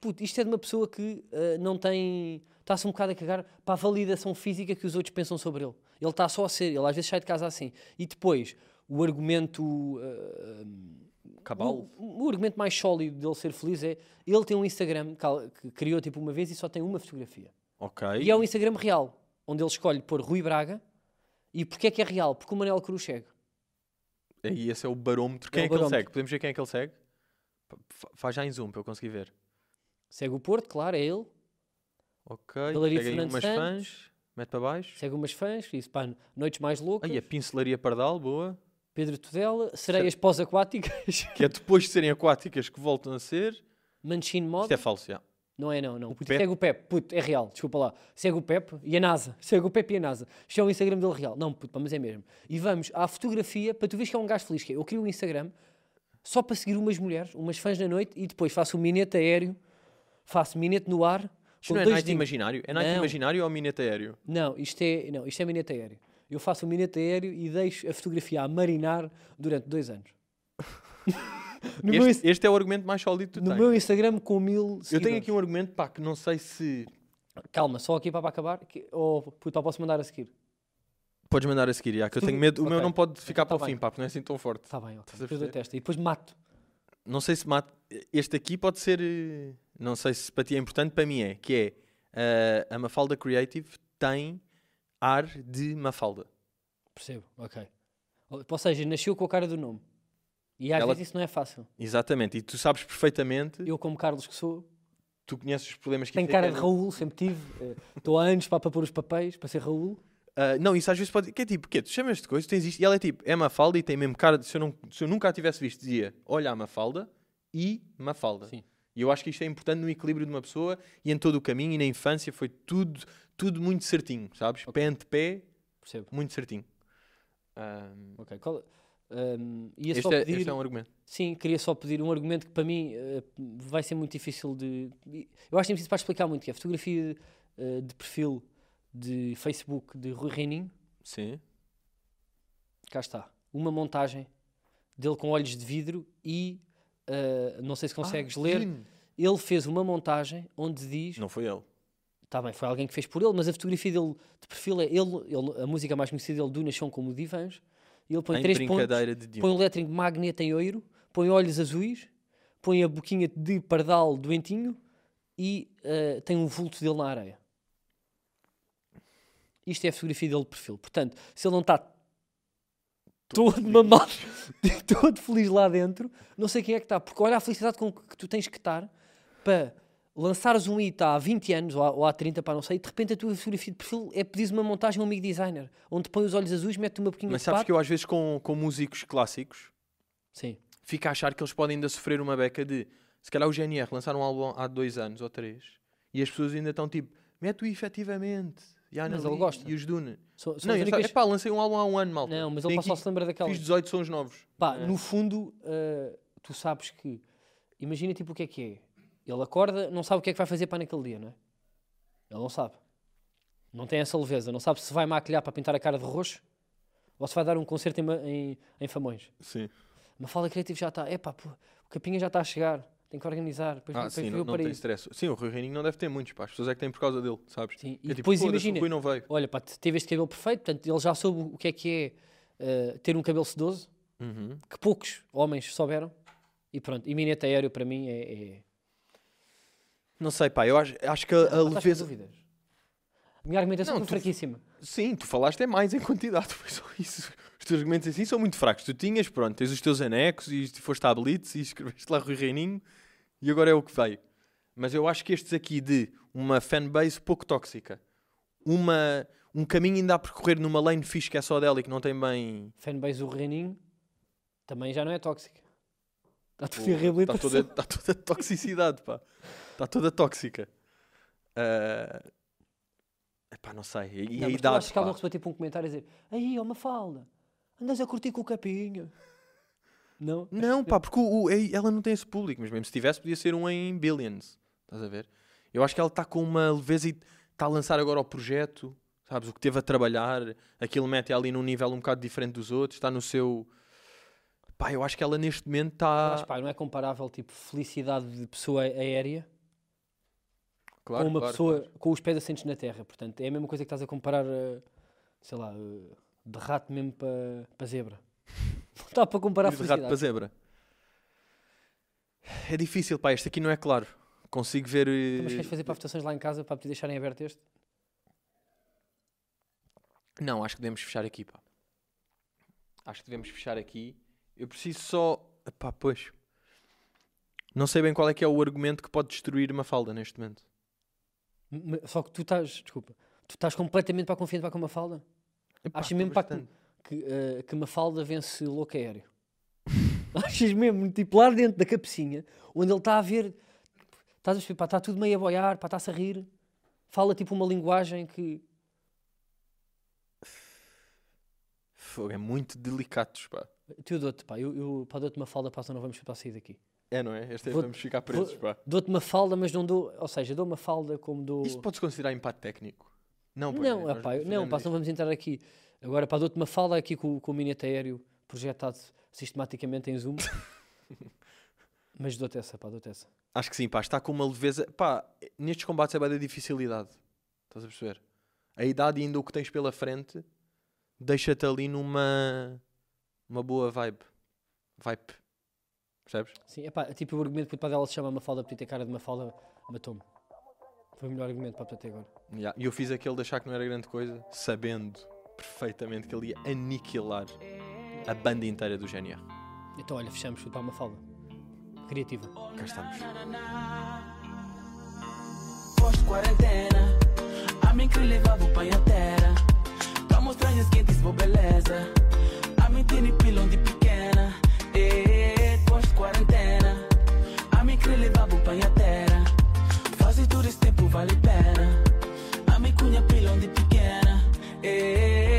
[SPEAKER 2] Puto, isto é de uma pessoa que eh, não tem... Está-se um bocado a cagar para a validação física que os outros pensam sobre ele. Ele está só a ser, ele às vezes sai de casa assim. E depois, o argumento... eh,
[SPEAKER 1] Cabal.
[SPEAKER 2] O, o argumento mais sólido dele ser feliz é ele tem um Instagram que al- que criou tipo uma vez e só tem uma fotografia.
[SPEAKER 1] Ok.
[SPEAKER 2] E é o Instagram real, onde ele escolhe pôr Rui Braga. E porquê é que é real? Porque o Manuel Cruz segue.
[SPEAKER 1] Aí esse é o barómetro. Quem
[SPEAKER 2] É
[SPEAKER 1] é,
[SPEAKER 2] o
[SPEAKER 1] que ele
[SPEAKER 2] barómetro.
[SPEAKER 1] segue? Podemos ver quem é que ele segue? Fa- fa- Faz já em zoom para eu conseguir ver.
[SPEAKER 2] Segue o Porto, claro, é ele.
[SPEAKER 1] Ok.
[SPEAKER 2] Galeria
[SPEAKER 1] Pega aí
[SPEAKER 2] Fernando
[SPEAKER 1] umas
[SPEAKER 2] Santos.
[SPEAKER 1] fãs. Mete para baixo.
[SPEAKER 2] Segue umas fãs, isso, pá, noites mais loucas.
[SPEAKER 1] Aí é a pincelaria Pardal, boa.
[SPEAKER 2] Pedro Tudela, sereias pós-aquáticas,
[SPEAKER 1] Que é depois de serem aquáticas que voltam a ser.
[SPEAKER 2] Manchin
[SPEAKER 1] Isto
[SPEAKER 2] Moda.
[SPEAKER 1] é falso, já.
[SPEAKER 2] Não é, não, não. Puto,
[SPEAKER 1] Pepe.
[SPEAKER 2] segue o Pepe, puto, é real, desculpa lá. Segue o Pepe e a NASA. Segue o Pepe e a NASA. Isto é o Instagram dele real. Não, puto, pá, mas é mesmo. E vamos à fotografia para tu veres que é um gajo feliz. Que é, eu crio o Instagram só para seguir umas mulheres, umas fãs na noite e depois faço um minete aéreo, faço minete no ar.
[SPEAKER 1] Isto
[SPEAKER 2] com
[SPEAKER 1] não é
[SPEAKER 2] dois
[SPEAKER 1] night
[SPEAKER 2] dingos.
[SPEAKER 1] imaginário? É night
[SPEAKER 2] Não.
[SPEAKER 1] imaginário ou minete aéreo?
[SPEAKER 2] Não, isto é, não, isto é minete aéreo. Eu faço um minete aéreo e deixo a fotografia a marinar durante dois anos. no meu,
[SPEAKER 1] Este, este é o argumento mais sólido que tu
[SPEAKER 2] no
[SPEAKER 1] tens.
[SPEAKER 2] meu Instagram com mil
[SPEAKER 1] Eu tenho aqui
[SPEAKER 2] seguidores.
[SPEAKER 1] um argumento, pá, que não sei se...
[SPEAKER 2] Calma, só aqui para acabar. Que, ou puto, pá, posso mandar a seguir?
[SPEAKER 1] Podes mandar a seguir, já, que eu
[SPEAKER 2] Tu-
[SPEAKER 1] tenho medo. O meu
[SPEAKER 2] ok.
[SPEAKER 1] não pode ficar
[SPEAKER 2] Então tá
[SPEAKER 1] para o
[SPEAKER 2] bem.
[SPEAKER 1] fim, pá, porque não é assim tão forte.
[SPEAKER 2] Está Tá bem, ok.
[SPEAKER 1] Estás a
[SPEAKER 2] Depois eu
[SPEAKER 1] perceber?
[SPEAKER 2] testo. E depois mato.
[SPEAKER 1] Não sei se mata. Este aqui pode ser. eh, Não sei se para ti é importante, para mim é. Que é. ah, a Mafalda Creative tem ar de Mafalda.
[SPEAKER 2] Percebo, ok. Ou, ou seja, nasceu com a cara do nome. E às
[SPEAKER 1] Ela-
[SPEAKER 2] vezes isso não é fácil.
[SPEAKER 1] Exatamente. E tu sabes perfeitamente.
[SPEAKER 2] Eu, como Carlos que sou,
[SPEAKER 1] Tu conheces os problemas que
[SPEAKER 2] tenho
[SPEAKER 1] isso é
[SPEAKER 2] cara de
[SPEAKER 1] que-
[SPEAKER 2] Raul, sempre tive. Eh, Estou há anos para, para pôr os papéis, para ser Raul.
[SPEAKER 1] Ah, não, isso às vezes pode. Que é tipo, que Tu chamas de coisa, tens isto. E ela é tipo, é Mafalda e tem mesmo cara. De... Se, eu não... Se eu nunca a tivesse visto, dizia: Olha a Mafalda e Mafalda.
[SPEAKER 2] Sim.
[SPEAKER 1] E eu acho que isto é importante no equilíbrio de uma pessoa e em todo o caminho e na infância foi tudo, tudo muito certinho, sabes? Pé ante pé,
[SPEAKER 2] Percebo.
[SPEAKER 1] muito certinho. Ahm,
[SPEAKER 2] Ok. qual- Ahm, ia só
[SPEAKER 1] este, é, este
[SPEAKER 2] pedir,
[SPEAKER 1] é um argumento.
[SPEAKER 2] Sim, queria só pedir um argumento que para mim eh, vai ser muito difícil de. Eu acho que é preciso para explicar muito, que é a fotografia eh, de perfil de Facebook de Rui Reininho.
[SPEAKER 1] Sim.
[SPEAKER 2] cá está, uma montagem dele com olhos de vidro e ah, não sei se consegues ler.
[SPEAKER 1] sim.
[SPEAKER 2] Ele fez uma montagem onde diz,
[SPEAKER 1] Não foi ele.
[SPEAKER 2] está bem, foi alguém que fez por ele, mas a fotografia dele de perfil é ele, ele- a música mais conhecida dele do Nação como Divãs. E ele põe
[SPEAKER 1] em
[SPEAKER 2] três pontos,
[SPEAKER 1] brincadeira de Dino.
[SPEAKER 2] põe um lettering magneto em oiro, põe olhos azuis, põe a boquinha de pardal doentinho e ah, tem um vulto dele na areia. Isto é a fotografia dele de perfil. Portanto, se ele não está todo mamado, todo feliz lá dentro, não sei quem é que está, porque olha a felicidade com que tu tens que estar para lançares um hit há 20 anos ou há, ou há 30, para não sei, e de repente a tua fotografia de perfil é pedir uma montagem a um amigo designer, onde põe um os olhos azuis, mete uma pequena
[SPEAKER 1] Mas sabes que eu às vezes com, com músicos clássicos
[SPEAKER 2] Sim,
[SPEAKER 1] fico a achar que eles podem ainda sofrer uma beca de se calhar o GNR lançaram um álbum há dois anos ou três e as pessoas ainda estão tipo mete-o efetivamente e a
[SPEAKER 2] Mas
[SPEAKER 1] Annalise
[SPEAKER 2] ele gosta.
[SPEAKER 1] e os Dune
[SPEAKER 2] são, são
[SPEAKER 1] não,
[SPEAKER 2] as
[SPEAKER 1] eu
[SPEAKER 2] únicas-
[SPEAKER 1] só- epá, lancei um álbum há um ano mal
[SPEAKER 2] não, mas ele só se lembra daquela.
[SPEAKER 1] fiz 18 sons novos
[SPEAKER 2] Pá,
[SPEAKER 1] É.
[SPEAKER 2] no fundo, ah, tu sabes que. Imagina tipo o que é que é. Ele acorda, não sabe o que é que vai fazer para naquele dia, não é? Ele não sabe. Não tem essa leveza. Não sabe se vai maquilhar para pintar a cara de roxo ou se vai dar um concerto em, Ma- em, em Famões.
[SPEAKER 1] sim
[SPEAKER 2] Mas fala criativo já está. Epá, pô, o Capinha já está a chegar. Tem que organizar. Depois,
[SPEAKER 1] ah
[SPEAKER 2] depois
[SPEAKER 1] sim
[SPEAKER 2] vê
[SPEAKER 1] não,
[SPEAKER 2] o
[SPEAKER 1] não tem
[SPEAKER 2] Paraíso.
[SPEAKER 1] stress sim o Rui Reininho não deve ter muitos pá as pessoas é que têm por causa dele sabes
[SPEAKER 2] Sim,
[SPEAKER 1] É
[SPEAKER 2] e
[SPEAKER 1] tipo,
[SPEAKER 2] depois
[SPEAKER 1] "Foda-se,
[SPEAKER 2] imagina-
[SPEAKER 1] o Rui não veio
[SPEAKER 2] Olha, pá, te- teve este cabelo perfeito. Portanto, ele já soube o que é que é ah, ter um cabelo sedoso.
[SPEAKER 1] Uhum.
[SPEAKER 2] que poucos homens souberam. E pronto, e minete aéreo para mim é. é...
[SPEAKER 1] não sei pá eu acho, acho que a, a
[SPEAKER 2] Não, estás com
[SPEAKER 1] leveza
[SPEAKER 2] dúvidas. A minha argumentação
[SPEAKER 1] Não,
[SPEAKER 2] foi
[SPEAKER 1] tu-
[SPEAKER 2] fraquíssima.
[SPEAKER 1] Sim, tu falaste é mais em quantidade, foi só isso. Os teus argumentos assim são muito fracos. Tu tinhas, pronto, tens os teus anexos e tu foste à Blitz e escreveste lá Rui Reininho e agora é o que veio. Mas eu acho que estes aqui de uma fanbase pouco tóxica, uma, um caminho ainda a percorrer numa lane fixe que é só dela e que não tem bem...
[SPEAKER 2] Fanbase o Reninho também já não é tóxica. Está tudo em
[SPEAKER 1] Está
[SPEAKER 2] reabilitação.
[SPEAKER 1] toda, está toda toxicidade, pá. Está toda tóxica. Ah, Epá, não sei. E, e
[SPEAKER 2] Não,
[SPEAKER 1] a
[SPEAKER 2] mas tu achas
[SPEAKER 1] idade,
[SPEAKER 2] que alguém
[SPEAKER 1] pá.
[SPEAKER 2] recebeu tipo um comentário a dizer Aí, ó Mafalda, andas a curtir com o capinha. Não?
[SPEAKER 1] Não, pá, porque o- o- é- ela não tem esse público, mas mesmo se tivesse, podia ser um em Billions. Estás a ver? Eu acho que ela está com uma leveza e está a lançar agora o projeto, sabes? O que teve a trabalhar, aquilo mete ali num nível um bocado diferente dos outros, está no seu. Pá, eu acho que ela neste momento tá,
[SPEAKER 2] Mas,
[SPEAKER 1] está.
[SPEAKER 2] pá, não é comparável tipo felicidade de pessoa aérea
[SPEAKER 1] Claro,
[SPEAKER 2] com uma
[SPEAKER 1] claro,
[SPEAKER 2] pessoa
[SPEAKER 1] claro.
[SPEAKER 2] com os pés assentes na terra. Portanto, é a mesma coisa que estás a comparar, eh, sei lá, eh, de rato mesmo para zebra. Não está para comparar
[SPEAKER 1] Tiro de rato para
[SPEAKER 2] felicidade.
[SPEAKER 1] zebra. É difícil, pá, este aqui não é claro. Consigo ver. eh,
[SPEAKER 2] Então, Mas queres fazer para votações lá em casa para te deixarem aberto este?
[SPEAKER 1] Não, acho que devemos fechar aqui, pá. Acho que devemos fechar aqui. Eu preciso só. Pá, pois. Não sei bem qual é que é o argumento que pode destruir uma falda neste momento.
[SPEAKER 2] M- m- Só que tu estás, desculpa, tu estás completamente para confiante para com uma falda?
[SPEAKER 1] Epá,
[SPEAKER 2] Achas
[SPEAKER 1] tô
[SPEAKER 2] mesmo pá, que,
[SPEAKER 1] bastante.
[SPEAKER 2] que, eh, que uma falda vence louco aéreo? Achas mesmo, tipo lá dentro da cabecinha, onde ele está a ver, tipo, estás a perceber, pá, está tudo meio a boiar, pá, está-se a rir, fala tipo uma linguagem que.
[SPEAKER 1] Fogo, é muito delicados, pá.
[SPEAKER 2] Tu eu dou-te, pá, eu, eu pá, dou-te uma falda, pá, senão não vamos para sair daqui.
[SPEAKER 1] É, não é? Este é
[SPEAKER 2] Vou-
[SPEAKER 1] vamos ficar presos, pá.
[SPEAKER 2] Dou-te uma falda, mas não dou, ou seja, dou uma falda como dou.
[SPEAKER 1] Isto pode-se considerar empate técnico? Não, pois
[SPEAKER 2] não,
[SPEAKER 1] é, nós
[SPEAKER 2] epá, eu- não, um
[SPEAKER 1] fizemos
[SPEAKER 2] pá,
[SPEAKER 1] isto.
[SPEAKER 2] não vamos entrar aqui. Agora, pá, dou-te uma falda aqui com, com o minete aéreo projetado sistematicamente em zoom. mas dou-te essa, pá, dou-te essa.
[SPEAKER 1] Acho que sim, pá. Está com uma leveza. Pá, nestes combates é bem da dificilidade. Estás a perceber? A idade e ainda o que tens pela frente deixa-te ali numa. Uma boa vibe. Vibe. Percebes?
[SPEAKER 2] Sim, epá, tipo o argumento que o pai dela se chama Mafalda, porque tem cara de Mafalda, matou-me. Foi o melhor argumento para até agora.
[SPEAKER 1] Ya, E eu fiz aquele de achar que não era grande coisa, sabendo perfeitamente que ele ia aniquilar a banda inteira do GNR.
[SPEAKER 2] Então, olha, fechamos tudo para a Mafalda. Criativa.
[SPEAKER 1] Cá estamos.
[SPEAKER 3] Pós-quarentena, a mim que levava o pai à terra. Pra mostrar as quentes, vou beleza. A mim tem pilão de pequena. eh, E pós-quarentena, a mim que levava o pai à terra. Fazer todo esse tempo vale a pena. eh,